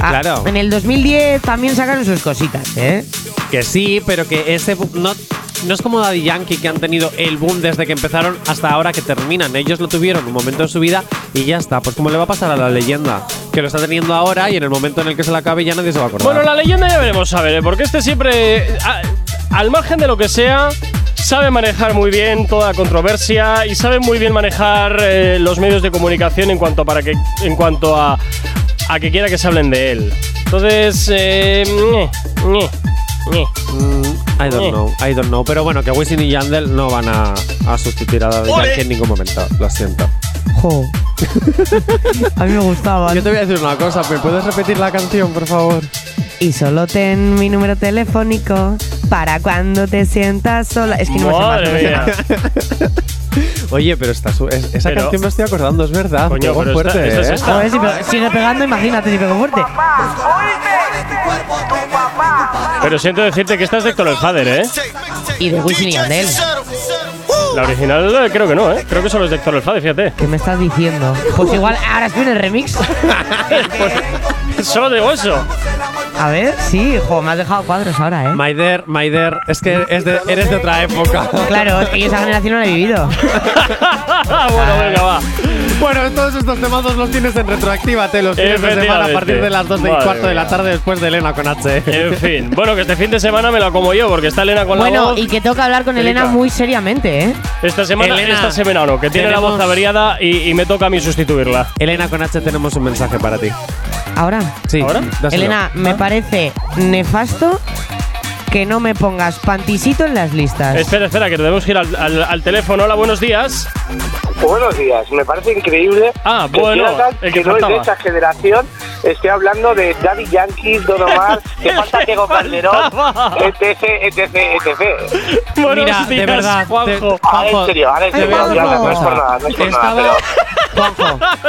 Speaker 4: Ah,
Speaker 2: Claro.
Speaker 4: En el 2010 también sacaron sus cositas, ¿eh?
Speaker 2: que sí, pero que ese boom no, no es como Daddy Yankee que han tenido el boom desde que empezaron hasta ahora que terminan. Ellos lo tuvieron un momento de su vida y ya está. Pues como le va a pasar a la leyenda, que lo está teniendo ahora y en el momento en el que se la acabe ya nadie se va a acordar.
Speaker 1: Bueno, la leyenda ya veremos, a ver, ¿eh? porque este siempre, a- al margen de lo que sea, sabe manejar muy bien toda controversia y sabe muy bien manejar eh, los medios de comunicación en cuanto, para que, en cuanto a, a que quiera que se hablen de él. Entonces, eh, ñe, ñe, ñe.
Speaker 2: Mm, I don't
Speaker 1: Eh.
Speaker 2: know, I don't know. Pero bueno, que Wisin y Yandel no van a, a sustituir a Daddy Yankee en ningún momento. Lo siento.
Speaker 4: Jo. a mí me gustaba.
Speaker 2: Yo te voy a decir una cosa, ¿me puedes repetir la canción, por favor?
Speaker 4: Y solo ten mi número telefónico para cuando te sientas sola. Es que no me sé más, no me
Speaker 1: madre
Speaker 4: sé
Speaker 1: mía.
Speaker 4: más.
Speaker 2: Oye, pero esta su- es- esa
Speaker 1: Pero-
Speaker 2: canción me estoy acordando, es verdad.
Speaker 1: Coño,
Speaker 2: pegó
Speaker 1: pero esta-
Speaker 2: fuerte,
Speaker 1: esta es
Speaker 2: ¿eh?
Speaker 1: esta.
Speaker 4: Joder, si pe- sigue pegando, imagínate si pego fuerte.
Speaker 1: Pero siento decirte que esta es de Héctor el Fader, ¿eh?
Speaker 4: Y de Wisin y Yandel.
Speaker 1: La original eh, creo que no, ¿eh? Creo que solo es de Héctor el Fader, fíjate.
Speaker 4: ¿Qué me estás diciendo? Pues igual ahora estoy en el remix.
Speaker 1: Solo digo eso.
Speaker 4: A ver, sí, jo, me has dejado cuadros ahora, ¿eh?
Speaker 2: Maider, Maider, es que es de- eres de otra época.
Speaker 4: Claro, es que yo esa generación no la he vivido.
Speaker 1: bueno, venga, va.
Speaker 2: bueno, todos estos temazos los tienes en retroactiva, te los tienes de semana a
Speaker 1: Efectivamente.
Speaker 2: partir de las 2 y
Speaker 1: Madre
Speaker 2: cuarto de la
Speaker 1: mía.
Speaker 2: tarde después de Elena con H.
Speaker 1: En fin, bueno, que este fin de semana me la como yo, porque está Elena con la
Speaker 4: Bueno,
Speaker 1: voz.
Speaker 4: y que toca hablar con
Speaker 1: Felipa.
Speaker 4: Elena muy seriamente, ¿eh?
Speaker 1: Esta semana,
Speaker 2: Elena,
Speaker 1: esta semana no, que tiene la voz
Speaker 2: tenemos-
Speaker 1: averiada y, y me toca a mí sustituirla.
Speaker 2: Elena con H tenemos un mensaje para ti.
Speaker 4: Ahora.
Speaker 2: Sí,
Speaker 1: ¿Ahora?
Speaker 2: dáselo.
Speaker 4: Elena, me parece nefasto que no me pongas pantisito en las listas.
Speaker 1: Espera, espera, que tenemos que ir al, al- al teléfono. Hola, buenos días.
Speaker 5: Buenos días, me parece increíble
Speaker 1: Ah,
Speaker 5: que
Speaker 1: bueno,
Speaker 5: Jonathan,
Speaker 1: el que
Speaker 5: que no es de
Speaker 1: faltaba.
Speaker 5: esta generación, esté hablando de Daddy Yankee, Don Omar, que falta Diego Calderón, etc, etc, etc.
Speaker 1: Buenos
Speaker 2: Mira,
Speaker 1: días,
Speaker 2: de verdad,
Speaker 1: Juanjo.
Speaker 2: te-
Speaker 5: Ahora en serio, ahora en
Speaker 2: te
Speaker 5: serio,
Speaker 2: voy a decir una
Speaker 5: ya, no es por
Speaker 2: cosa.
Speaker 5: nada, no es por nada,
Speaker 2: Estaba-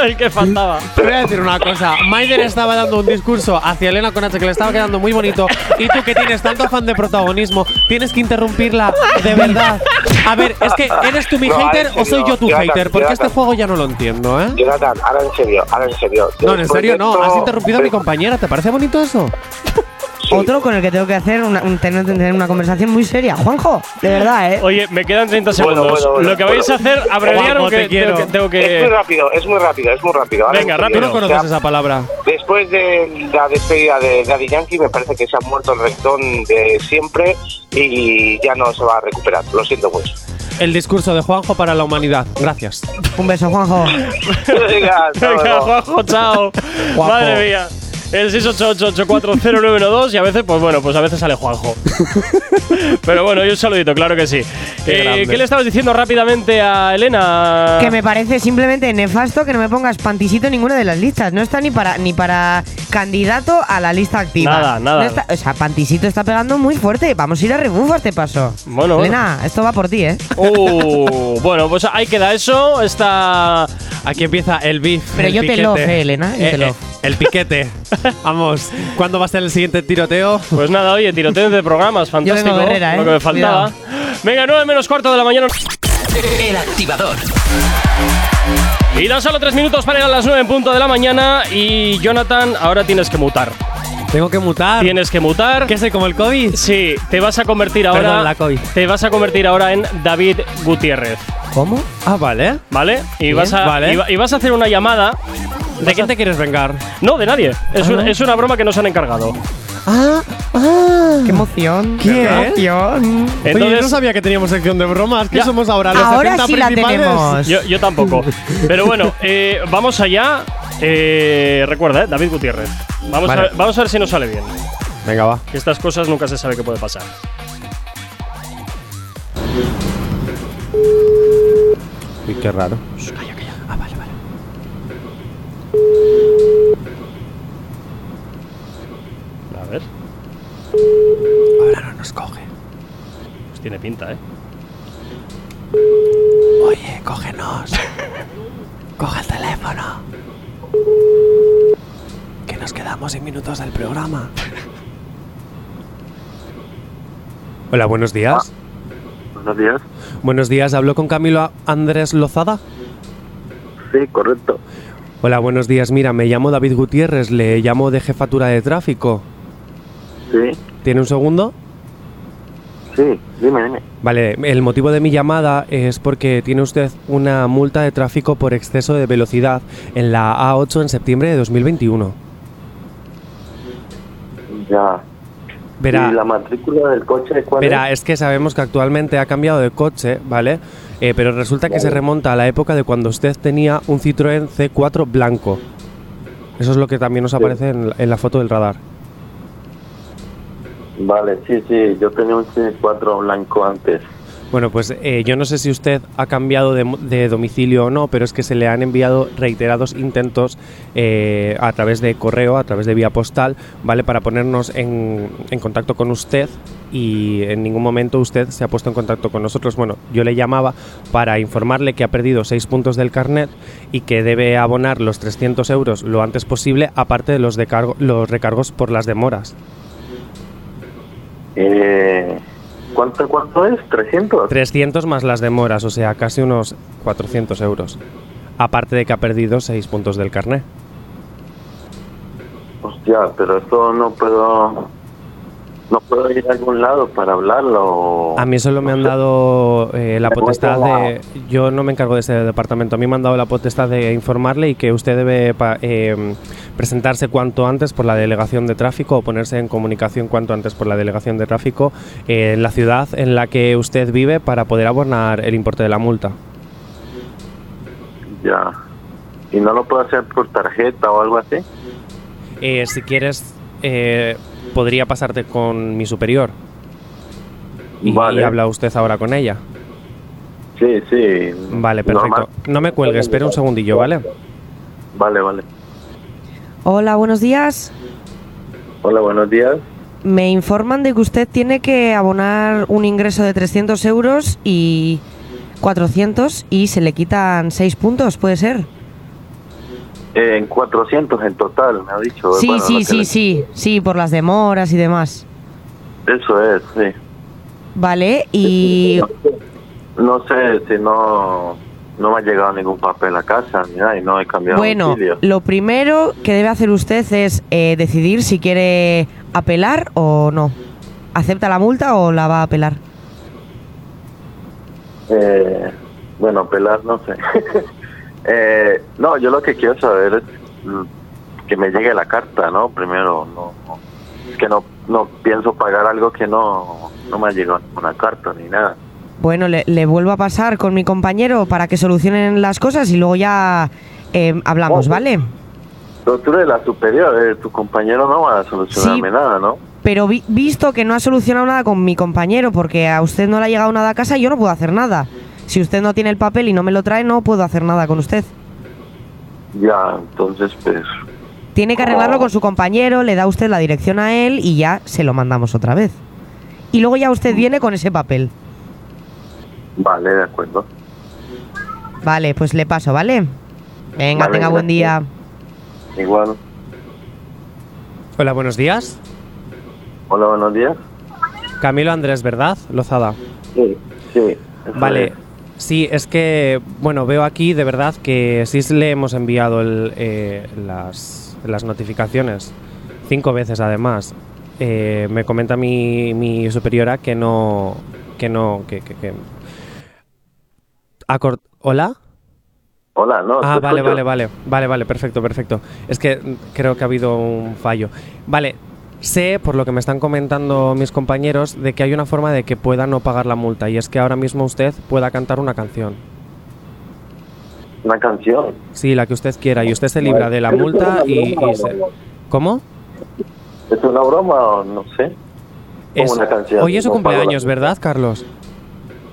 Speaker 1: el que faltaba.
Speaker 2: Te voy a decir una cosa. Maider estaba dando un discurso hacia Elena Conache que le estaba quedando muy bonito. Y tú que tienes tanto afán de protagonismo, tienes que interrumpirla, de verdad. A ver, es que eres tú mi
Speaker 5: No,
Speaker 2: hater
Speaker 5: en
Speaker 2: o soy
Speaker 5: serio,
Speaker 2: yo tu
Speaker 5: Jonathan,
Speaker 2: hater, porque este
Speaker 5: Jonathan.
Speaker 2: juego ya no lo entiendo, ¿eh?
Speaker 5: Jonathan, ahora en serio, ahora en serio.
Speaker 2: No, en serio no, has interrumpido a mi
Speaker 5: compañero.
Speaker 2: compañera, ¿te parece bonito eso?
Speaker 4: Otro con el que tengo que hacer una, un- tener, tener una conversación muy seria. Juanjo, de verdad, ¿eh?
Speaker 1: Oye, me quedan 30
Speaker 5: Bueno,
Speaker 1: segundos.
Speaker 5: bueno, bueno,
Speaker 1: lo que vais a hacer, abreviar
Speaker 2: Juanjo,
Speaker 1: o que
Speaker 2: te quiero.
Speaker 1: tengo que. tengo que-
Speaker 5: Es muy rápido, es muy rápido, es muy rápido. ahora
Speaker 1: Venga,
Speaker 5: en
Speaker 1: rápido.
Speaker 2: Tú
Speaker 5: serio,
Speaker 2: no
Speaker 5: o sea,
Speaker 2: conoces esa palabra.
Speaker 5: Después de la despedida de Daddy Yankee, me parece que se ha muerto el rectón de siempre y ya no se va a recuperar. Lo siento, pues.
Speaker 2: El discurso de Juanjo para la humanidad. Gracias.
Speaker 4: Un beso, Juanjo.
Speaker 5: Venga, hasta
Speaker 1: Venga,
Speaker 5: luego.
Speaker 1: Juanjo, chao.
Speaker 2: Guapo.
Speaker 1: Madre mía. El 688840912 y a veces, pues bueno, pues a veces sale Juanjo. Pero bueno, y un saludito, claro que sí. Eh,
Speaker 2: Qué grande.
Speaker 1: ¿Qué le estabas diciendo rápidamente a Elena?
Speaker 4: Que me parece simplemente nefasto que no me pongas pantisito en ninguna de las listas. No está ni para ni para candidato a la lista activa.
Speaker 1: Nada, nada.
Speaker 4: No está- o sea, pantisito está pegando muy fuerte. Vamos a ir a rebufo a este paso.
Speaker 1: Bueno, bueno.
Speaker 4: Elena, esto va por ti, ¿eh?
Speaker 1: Uh, bueno, pues ahí queda eso. Está.
Speaker 2: Aquí empieza el beef.
Speaker 4: Pero
Speaker 2: el
Speaker 4: yo te
Speaker 2: piquete.
Speaker 4: lo, eh, Elena, yo te lo.
Speaker 2: el piquete. Vamos, ¿cuándo va a ser el siguiente tiroteo?
Speaker 1: Pues nada, oye, tiroteo de programas,
Speaker 4: vengo
Speaker 1: fantástico.
Speaker 4: guerrera, ¿eh?
Speaker 1: Lo que me faltaba. Venga, 9 menos cuarto de la mañana.
Speaker 3: El activador.
Speaker 1: Y dan solo 3 minutos para llegar a las 9 en punto de la mañana. Y Jonathan, ahora tienes que mutar.
Speaker 2: Tengo que mutar.
Speaker 1: Tienes que mutar.
Speaker 2: ¿Qué sé, como el COVID?
Speaker 1: Sí, te vas a convertir ahora.
Speaker 2: Perdón, la COVID.
Speaker 1: Te vas a convertir ahora en David Gutiérrez,
Speaker 2: ¿Cómo? Ah, vale.
Speaker 1: ¿vale? Y vas a,
Speaker 2: Vale.
Speaker 1: y va- y vas a hacer una llamada.
Speaker 2: ¿De quién te quieres vengar?
Speaker 1: No, de nadie. Es, un- es una broma que nos han encargado.
Speaker 4: ¡Qué emoción!
Speaker 2: ¿Quién?
Speaker 4: ¡Qué emoción!
Speaker 2: Entonces,
Speaker 1: Entonces-
Speaker 2: yo no sabía que teníamos sección de bromas. ¿Qué
Speaker 1: Ya.
Speaker 2: somos ahora? ¿Los
Speaker 4: Ahora
Speaker 2: 70
Speaker 4: sí la
Speaker 2: principales?
Speaker 4: tenemos.
Speaker 1: Yo, yo tampoco. Pero bueno, eh, vamos allá. Eh, recuerda, eh, David Gutiérrez. Vamos,
Speaker 2: Vale.
Speaker 1: a ver, vamos a ver si nos sale bien.
Speaker 2: Venga, va.
Speaker 1: Que estas cosas nunca se sabe qué puede pasar.
Speaker 2: Uy, qué raro. Ah,
Speaker 1: A ver,
Speaker 2: Ahora no nos coge.
Speaker 1: pues tiene pinta, ¿eh?
Speaker 2: Oye, cógenos. Coge el teléfono. Que nos quedamos en minutos del programa. Hola, buenos días.
Speaker 6: Buenos días.
Speaker 2: Buenos días, hablo con Camilo Andrés Lozada.
Speaker 6: Sí, correcto.
Speaker 2: Hola, buenos días. Mira, me llamo David Gutiérrez, le llamo de jefatura de tráfico.
Speaker 6: Sí,
Speaker 2: ¿Tiene un segundo?
Speaker 6: sí, dime, dime.
Speaker 2: Vale, el motivo de mi llamada es porque tiene usted una multa de tráfico por exceso de velocidad en la A8 en septiembre de 2021.
Speaker 6: Ya.
Speaker 2: Verá,
Speaker 6: ¿Y la matrícula del coche cuál
Speaker 2: verá,
Speaker 6: es?
Speaker 2: es que sabemos que actualmente ha cambiado de coche, ¿vale? Eh, pero resulta que se remonta a la época de cuando usted tenía un Citroën C4 blanco. Eso es lo que también nos aparece en la- en la foto del radar.
Speaker 6: Vale, sí, sí, yo tenía un C4 blanco antes.
Speaker 2: Bueno, pues eh, yo no sé si usted ha cambiado de, mo- de domicilio o no, pero es que se le han enviado reiterados intentos eh, a través de correo, a través de vía postal, ¿vale? Para ponernos en, en contacto con usted y en ningún momento usted se ha puesto en contacto con nosotros. Bueno, yo le llamaba para informarle que ha perdido seis puntos del carnet y que debe abonar los 300 euros lo antes posible, aparte de los, decargo- los recargos por las demoras.
Speaker 6: Eh, ¿Cuánto, cuánto es? ¿300?
Speaker 2: 300 más las demoras, o sea, casi unos 400 euros. Aparte de que ha perdido 6 puntos del carnet.
Speaker 6: Hostia, pero esto no puedo... No puedo ir a algún lado para hablarlo.
Speaker 2: A mí solo me han dado eh, la
Speaker 6: Me
Speaker 2: potestad de...
Speaker 6: gusta.
Speaker 2: Yo no me encargo de ese departamento, a mí me han dado la potestad de informarle y que usted debe pa- eh, presentarse cuanto antes por la delegación de tráfico o ponerse en comunicación cuanto antes por la delegación de tráfico eh, en la ciudad en la que usted vive para poder abonar el importe de la multa.
Speaker 6: Ya. ¿Y no lo puedo hacer por tarjeta o algo así?
Speaker 2: Eh, si quieres, eh, podría pasarte con mi superior. Y
Speaker 6: Vale.
Speaker 2: habla usted ahora con ella.
Speaker 6: Sí, sí.
Speaker 2: Vale, perfecto.
Speaker 6: Normal.
Speaker 2: No me cuelgue, espera un segundillo, ¿vale?
Speaker 6: Vale, vale.
Speaker 4: Hola, buenos días.
Speaker 6: Hola, buenos días.
Speaker 4: Me informan de que usted tiene que abonar un ingreso de 300 euros y 400 y se le quitan 6 puntos, ¿puede ser?
Speaker 6: Eh, en 400 en total, me ha dicho.
Speaker 4: Sí,
Speaker 6: Pues Bueno,
Speaker 4: sí,
Speaker 6: lo
Speaker 4: sí,
Speaker 6: que
Speaker 4: sí, sí, por las demoras y demás.
Speaker 6: le- Eso es, sí.
Speaker 4: Vale, y
Speaker 6: No sé si no, no me ha llegado ningún papel a casa ni nada y no he cambiado
Speaker 4: bueno,
Speaker 6: domicilio.
Speaker 4: lo primero que debe hacer usted es eh, decidir si quiere apelar o no. ¿Acepta la multa o la va a apelar?
Speaker 6: Eh, bueno, pelar, no sé. eh, no, yo lo que quiero saber es mm, que me llegue la carta, ¿no? Primero, no. no. Es que no, no pienso pagar algo que no, no me ha llegado ninguna carta ni nada.
Speaker 4: Bueno, le, le vuelvo a pasar con mi compañero para que solucionen las cosas y luego ya eh, hablamos, ¿vale?
Speaker 6: Pero tú eres la superior, eh, tu compañero no va a solucionarme
Speaker 4: Sí.
Speaker 6: nada, ¿no?
Speaker 4: Pero vi- visto que no ha solucionado nada con mi compañero, porque a usted no le ha llegado nada a casa, yo no puedo hacer nada. Si usted no tiene el papel y no me lo trae, no puedo hacer nada con usted.
Speaker 6: Ya, entonces pues...
Speaker 4: Tiene que arreglarlo con su compañero, le da usted la dirección a él y ya se lo mandamos otra vez. Y luego ya usted viene con ese papel.
Speaker 6: Vale, de acuerdo.
Speaker 4: Vale, pues le paso, ¿vale? Venga,
Speaker 6: Vale,
Speaker 4: tenga buen día.
Speaker 6: gracias. Igual.
Speaker 2: Hola, buenos días.
Speaker 6: Hola, buenos días.
Speaker 2: Camilo Andrés, ¿verdad? Lozada.
Speaker 6: Sí, sí. eso
Speaker 2: Vale.
Speaker 6: es. eh,
Speaker 2: Sí, es que, bueno, veo aquí de verdad que sí le hemos enviado el, eh, las, las notificaciones. Cinco veces además. Eh, me comenta mi, mi superiora que no. que no. que. que, que- Acor- ¿Hola?
Speaker 6: Hola, no.
Speaker 2: Ah,
Speaker 6: te
Speaker 2: vale,
Speaker 6: escucho.
Speaker 2: vale, vale, vale, vale, perfecto, perfecto. Es que mm, creo que ha habido un fallo. Vale, sé, por lo que me están comentando mis compañeros, de que hay una forma de que pueda no pagar la multa y es que ahora mismo usted pueda cantar una canción.
Speaker 6: Una canción.
Speaker 2: Sí, la que usted quiera y usted se libra de la multa y... y se- ¿Cómo?
Speaker 6: ¿Es una broma o no sé? Como
Speaker 2: Es-
Speaker 6: una canción,
Speaker 2: hoy es su
Speaker 6: no pago la
Speaker 2: cumpleaños,
Speaker 6: multa.
Speaker 2: ¿verdad, Carlos?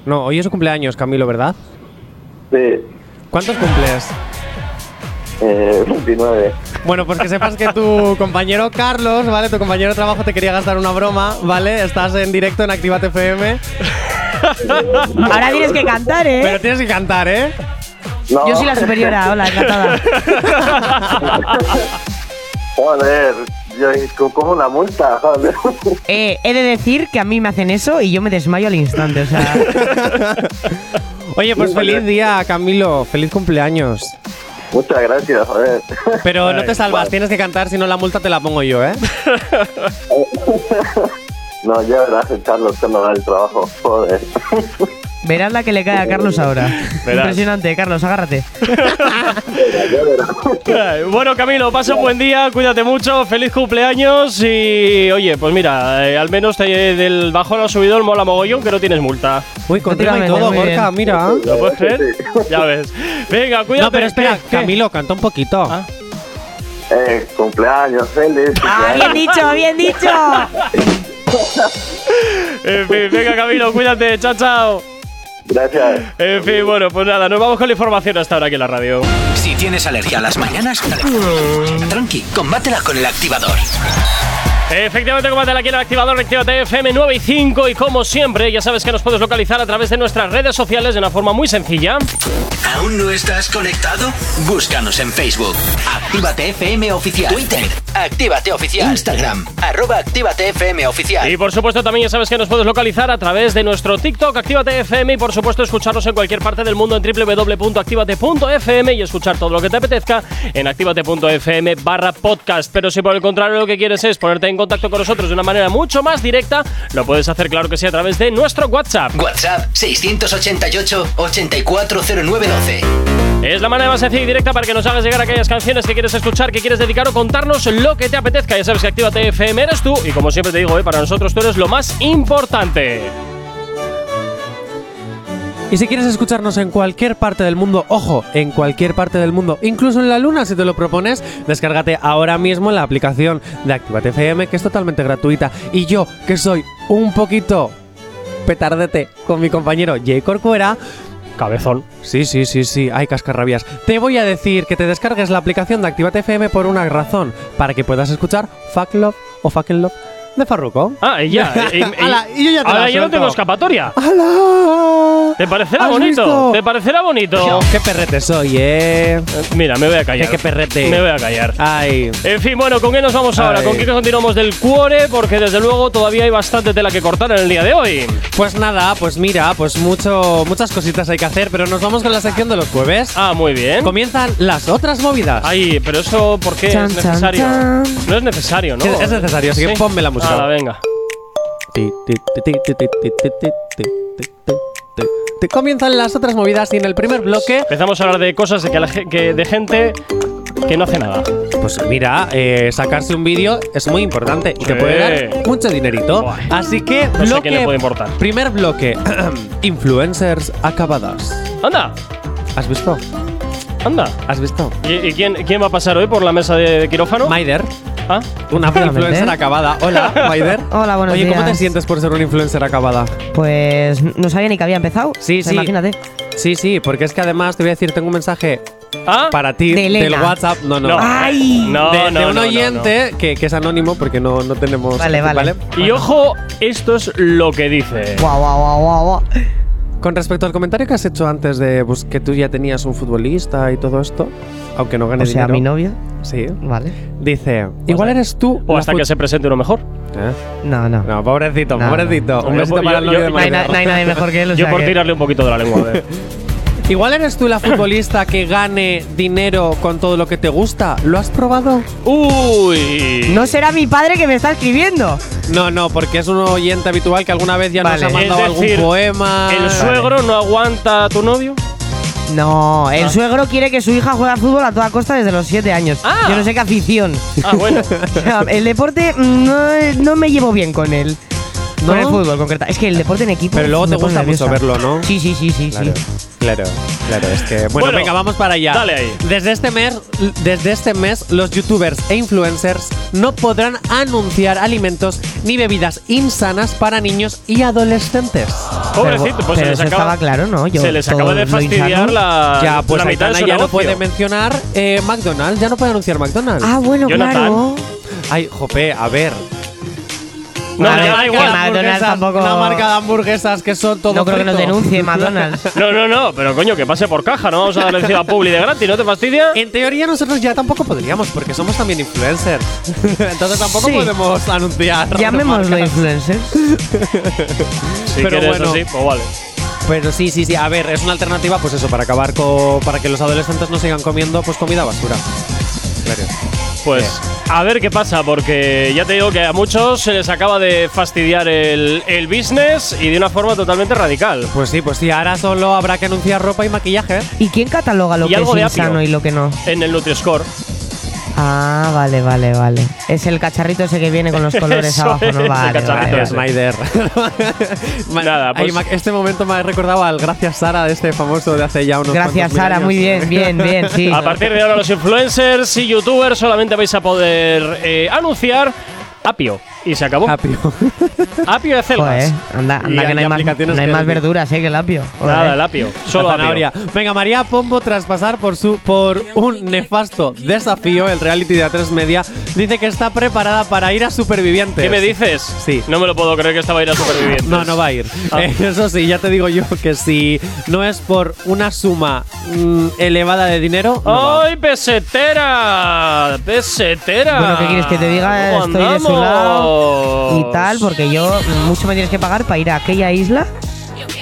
Speaker 2: No, hoy es su cumpleaños, Camilo, ¿verdad?
Speaker 6: Sí,
Speaker 2: ¿Cuántos cumples?
Speaker 6: eh, 29.
Speaker 2: Bueno, pues que sepas que tu compañero Carlos, ¿vale? Tu compañero de trabajo te quería gastar una broma, ¿vale? Estás en directo en Activate FM.
Speaker 1: ¿Eh?
Speaker 4: Ahora tienes que cantar,
Speaker 2: Pero
Speaker 4: ¿eh?
Speaker 2: tienes que cantar, ¿eh?
Speaker 6: No.
Speaker 4: Yo soy la superiora, hola, encantada.
Speaker 6: Joder, yo co- cojo una multa, joder.
Speaker 4: Eh, he de decir que a mí me hacen eso y yo me desmayo al instante, o sea...
Speaker 2: Oye, pues feliz día, Camilo. Feliz cumpleaños.
Speaker 6: Muchas gracias, joder.
Speaker 2: Pero no te salvas, tienes que cantar, si no la multa te la pongo yo, ¿eh?
Speaker 6: No, ya verás, Carlos, que no da el trabajo, joder.
Speaker 4: Verás la que le cae a Carlos ahora.
Speaker 1: Verás.
Speaker 4: Impresionante, Carlos, agárrate.
Speaker 6: Ya verás.
Speaker 1: Ay, Eh, Bueno, Camilo, pasa un buen día, cuídate mucho, feliz cumpleaños y oye, pues mira, eh, al menos te- del bajón al subidor mola mogollón que no tienes multa.
Speaker 2: Uy, con rima y
Speaker 4: Efectivamente,
Speaker 2: todo,
Speaker 4: muy
Speaker 2: Gorka,
Speaker 4: bien.
Speaker 2: mira.
Speaker 1: ¿Lo puedes creer? Ya ves. Venga, cuídate.
Speaker 2: No, pero espera,
Speaker 1: ¿qué? ¿Qué?
Speaker 2: Camilo, canta un poquito.
Speaker 1: Ah.
Speaker 6: Eh, cumpleaños, feliz.
Speaker 4: ¡Ah, bien dicho, bien dicho!
Speaker 1: En fin, Eh, venga, Camilo, cuídate, chao, chao.
Speaker 6: Gracias.
Speaker 1: En fin, bueno, pues nada, nos vamos con la información hasta ahora aquí en la radio.
Speaker 3: Si tienes alergia a las mañanas, tranqui, combátela con el activador.
Speaker 1: Efectivamente, como aquí en el activador Actívate FM 9 y 5 y como siempre, ya sabes que nos puedes localizar a través de nuestras redes sociales de una forma muy sencilla.
Speaker 3: ¿Aún no estás conectado? Búscanos en Facebook. Actívate FM Oficial. Twitter. Actívate Oficial. Instagram. Arroba Actívate FM Oficial.
Speaker 1: Y por supuesto también ya sabes que nos puedes localizar a través de nuestro TikTok, Actívate FM y por supuesto escucharnos en cualquier parte del mundo en www.activate.fm y escuchar todo lo que te apetezca en activate.fm barra podcast. Pero si por el contrario lo que quieres es ponerte en contacto con nosotros de una manera mucho más directa, lo puedes hacer claro que sí a través de nuestro WhatsApp.
Speaker 3: WhatsApp 688 840912.
Speaker 1: Es la manera más sencilla y directa para que nos hagas llegar aquellas canciones que quieres escuchar, que quieres dedicar o contarnos lo que te apetezca. Ya sabes que Actívate FM eres tú y como siempre te digo, eh, para nosotros tú eres lo más importante.
Speaker 2: Y si quieres escucharnos en cualquier parte del mundo, ojo, en cualquier parte del mundo, incluso en la luna si te lo propones, descárgate ahora mismo la aplicación de Actívate FM que es totalmente gratuita. Y yo, que soy un poquito petardete con mi compañero Jay Corcuera,
Speaker 1: Cabezón.
Speaker 2: Sí, sí, sí, sí, hay cascarrabias. Te voy a decir que te descargues la aplicación de Actívate FM por una razón, para que puedas escuchar Fuck Love o Fucking Love de Farruko.
Speaker 1: Ah, y ya. y- y-
Speaker 2: Ala, y yo ya te
Speaker 1: ahora
Speaker 2: la
Speaker 1: ya no
Speaker 2: suelto.
Speaker 1: tengo escapatoria.
Speaker 2: ¡Hala!
Speaker 1: ¿Te parecerá
Speaker 2: ¿Has
Speaker 1: bonito?
Speaker 2: visto?
Speaker 1: ¿Te parecerá bonito?
Speaker 2: ¡Qué perrete soy, eh!
Speaker 1: Mira, me voy a callar.
Speaker 2: Qué- qué perrete.
Speaker 1: Me voy a callar.
Speaker 2: ¡Ay!
Speaker 1: En fin, bueno, ¿con qué nos vamos ahora?
Speaker 2: Ay.
Speaker 1: ¿Con qué continuamos del cuore? Porque desde luego todavía hay bastante tela que cortar en el día de hoy.
Speaker 2: Pues nada, pues mira, pues mucho, muchas cositas hay que hacer, pero nos vamos con la sección de los jueves.
Speaker 1: Ah, muy bien.
Speaker 2: Comienzan las otras movidas.
Speaker 1: Ay, pero eso, ¿por qué
Speaker 4: Chan,
Speaker 1: es
Speaker 4: chan,
Speaker 1: necesario?
Speaker 4: chan.
Speaker 1: No es necesario, ¿no?
Speaker 2: Es- es necesario, así que ponme la música.
Speaker 1: Nada, venga.
Speaker 2: Ti, ti, ti, ti, ti, ti, ti, ti, ti, ti, ti, ti, ti, ti. Comienzan las otras movidas y en el primer bloque
Speaker 1: Empezamos a hablar de cosas de, que la ge- que- de gente que no hace nada.
Speaker 2: Pues mira, eh, sacarse un vídeo es muy importante y te
Speaker 1: Sí.
Speaker 2: puede dar mucho dinerito.
Speaker 1: Buah.
Speaker 2: Así que,
Speaker 1: No sé a
Speaker 2: bloque.
Speaker 1: quién le puede importar.
Speaker 2: Primer bloque: Influencers acabadas.
Speaker 1: Anda,
Speaker 2: ¿Has visto?
Speaker 1: Anda.
Speaker 2: ¿Has visto?
Speaker 1: ¿Y, y quién, quién va a pasar hoy por la mesa de, de quirófano?
Speaker 2: Maider,
Speaker 1: ¿Ah?
Speaker 2: una
Speaker 4: Efectivamente.
Speaker 2: influencer acabada. Hola, Maider.
Speaker 4: Hola, buenos
Speaker 2: Oye, ¿cómo te
Speaker 4: días.
Speaker 2: sientes por ser una influencer acabada?
Speaker 4: Pues no sabía ni que había empezado.
Speaker 2: Sí,
Speaker 4: O sea,
Speaker 2: sí.
Speaker 4: Imagínate.
Speaker 2: Sí, sí, porque es que además te voy a decir, tengo un mensaje
Speaker 1: ¿Ah?
Speaker 2: para ti
Speaker 4: De Elena.
Speaker 2: del WhatsApp. No, no.
Speaker 1: No.
Speaker 4: ¡Ay!
Speaker 1: No,
Speaker 2: de, de
Speaker 1: no, no,
Speaker 2: un
Speaker 1: no,
Speaker 2: oyente Que, que es anónimo porque no, no tenemos.
Speaker 4: Vale, vale.
Speaker 1: no. Y ojo, esto es lo que dice.
Speaker 4: Guau, guau, guau, guau, guau.
Speaker 2: Con respecto al comentario que has hecho antes de pues, que tú ya tenías un futbolista y todo esto, aunque no gane
Speaker 4: O sea,
Speaker 2: dinero.
Speaker 4: mi novio.
Speaker 2: Sí.
Speaker 4: Vale.
Speaker 2: Dice, igual eres tú.
Speaker 1: O
Speaker 2: la
Speaker 1: hasta
Speaker 2: fut-
Speaker 1: que se presente uno mejor.
Speaker 2: ¿Eh?
Speaker 4: No, no.
Speaker 2: No, pobrecito,
Speaker 4: No, no.
Speaker 2: pobrecito. Un
Speaker 1: Hombre,
Speaker 2: besito
Speaker 1: pues,
Speaker 2: para
Speaker 1: yo-
Speaker 2: el novio
Speaker 1: yo-
Speaker 2: de
Speaker 4: No hay,
Speaker 2: María.
Speaker 4: na- no hay nadie mejor que él. o
Speaker 1: Yo
Speaker 4: sea
Speaker 1: por
Speaker 4: que-
Speaker 1: tirarle un poquito de la lengua. a ver.
Speaker 2: Igual eres tú la futbolista que gane dinero con todo lo que te gusta. ¿Lo has probado?
Speaker 1: Uy.
Speaker 4: No será mi padre que me está escribiendo.
Speaker 2: No, no, porque es un oyente habitual que alguna vez ya nos
Speaker 4: Vale.
Speaker 2: ha mandado
Speaker 1: Es decir,
Speaker 2: algún poema.
Speaker 1: ¿El suegro no aguanta a tu novio?
Speaker 4: No, el suegro quiere que su hija juegue al fútbol a toda costa desde los 7 años.
Speaker 1: Ah.
Speaker 4: Yo no sé qué afición.
Speaker 1: Ah, bueno.
Speaker 4: O sea, el deporte mm, no, no me llevo bien con él.
Speaker 2: ¿No?
Speaker 4: Con el fútbol, concreta. Es que el deporte en equipo.
Speaker 2: Pero luego
Speaker 4: me
Speaker 2: te
Speaker 4: pone
Speaker 2: gusta mucho
Speaker 4: nerviosa.
Speaker 2: verlo, ¿no?
Speaker 4: Sí, sí, sí, sí,
Speaker 2: Claro,
Speaker 4: sí.
Speaker 2: claro, claro, es que. Bueno,
Speaker 1: Bueno,
Speaker 2: venga, vamos para allá.
Speaker 1: dale ahí.
Speaker 2: Desde este mes, desde este mes, los youtubers e influencers no podrán anunciar alimentos ni bebidas insanas para niños y adolescentes.
Speaker 1: Pobrecito, pues se
Speaker 4: pero
Speaker 1: les
Speaker 4: eso
Speaker 1: acaba.
Speaker 4: estaba claro, ¿no? Yo
Speaker 1: se les
Speaker 4: todo
Speaker 1: acaba de
Speaker 4: lo insano.
Speaker 1: fastidiar Ah, la,
Speaker 2: ya, pues
Speaker 1: la mitad de
Speaker 2: Aitana
Speaker 1: su
Speaker 2: ya no
Speaker 1: negocio.
Speaker 2: puede mencionar eh, McDonald's, ya no puede anunciar McDonald's.
Speaker 4: Ah, bueno,
Speaker 1: Jonathan.
Speaker 4: claro.
Speaker 2: Ay, jope, a ver.
Speaker 1: No,
Speaker 2: Una
Speaker 1: me da
Speaker 2: marca de
Speaker 1: igual.
Speaker 4: McDonald's
Speaker 2: hamburguesas,
Speaker 4: tampoco-
Speaker 2: Una marca de hamburguesas que son todo
Speaker 4: No creo que nos
Speaker 2: frito.
Speaker 4: denuncie McDonald's.
Speaker 1: No, no, no, pero coño, que pase por caja, no vamos a darle encima a Publi de gratis, ¿no te fastidia?
Speaker 2: En teoría nosotros ya tampoco podríamos porque somos también influencers. Entonces tampoco
Speaker 4: Sí.
Speaker 2: podemos anunciar.
Speaker 4: Llamémoslo
Speaker 2: marcas.
Speaker 4: influencer.
Speaker 1: Si
Speaker 2: pero
Speaker 1: quieres
Speaker 2: bueno.
Speaker 1: así, pues vale.
Speaker 2: Pero sí, sí, sí. A ver, es una alternativa, pues eso, para acabar con, para que los adolescentes no sigan comiendo, pues comida basura. Claro.
Speaker 1: Pues a ver qué pasa, porque ya te digo que a muchos se les acaba de fastidiar el, el business y de una forma totalmente radical.
Speaker 2: Pues sí, pues sí. Ahora solo habrá que anunciar ropa y maquillaje.
Speaker 4: ¿Y quién cataloga lo
Speaker 1: Y
Speaker 4: que es
Speaker 1: algo de apio.
Speaker 4: insano y lo que no?
Speaker 1: En el Nutri-Score.
Speaker 4: Ah, vale, vale, vale. Es el cacharrito ese que viene con los colores
Speaker 1: Eso
Speaker 4: abajo,
Speaker 1: es,
Speaker 4: ¿no?
Speaker 1: el
Speaker 4: Vale,
Speaker 1: cacharrito
Speaker 4: vale,
Speaker 1: ese.
Speaker 4: vale.
Speaker 2: Snyder.
Speaker 1: Nada, pues-
Speaker 2: este
Speaker 4: Gracias,
Speaker 2: cuantos mil
Speaker 4: Sara.
Speaker 2: años.
Speaker 4: Muy bien, bien, bien, sí.
Speaker 1: A partir de ahora los influencers y youtubers solamente vais a poder eh, anunciar Apio. Y se acabó.
Speaker 2: Happy.
Speaker 1: Apio de
Speaker 4: Joder,
Speaker 1: celdas.
Speaker 4: anda,
Speaker 2: Y
Speaker 4: anda que
Speaker 2: hay
Speaker 4: no hay más,
Speaker 2: aplicaciones
Speaker 4: no hay
Speaker 2: que-
Speaker 4: más verduras, eh, que el apio. Joder.
Speaker 1: Nada, el apio. Solo
Speaker 2: La
Speaker 1: apio.
Speaker 2: zanahoria. Venga, María Pombo, tras pasar por, su, por un nefasto desafío, el reality de A3 Media, dice que está preparada para ir a supervivientes.
Speaker 1: ¿Qué me dices?
Speaker 2: Sí.
Speaker 1: No me lo puedo creer que estaba ir a supervivientes.
Speaker 2: No, no va a ir.
Speaker 1: Ah.
Speaker 2: Eh, eso sí, ya te digo yo que si no es por una suma mm, elevada de dinero. no va.
Speaker 1: ¡Ay, pesetera! ¡Pesetera!
Speaker 4: Bueno, ¿qué quieres que te diga?
Speaker 1: ¿Cómo
Speaker 4: Estoy de su
Speaker 1: andamos?
Speaker 4: lado Y tal, porque yo mucho me tienes que pagar para ir a aquella isla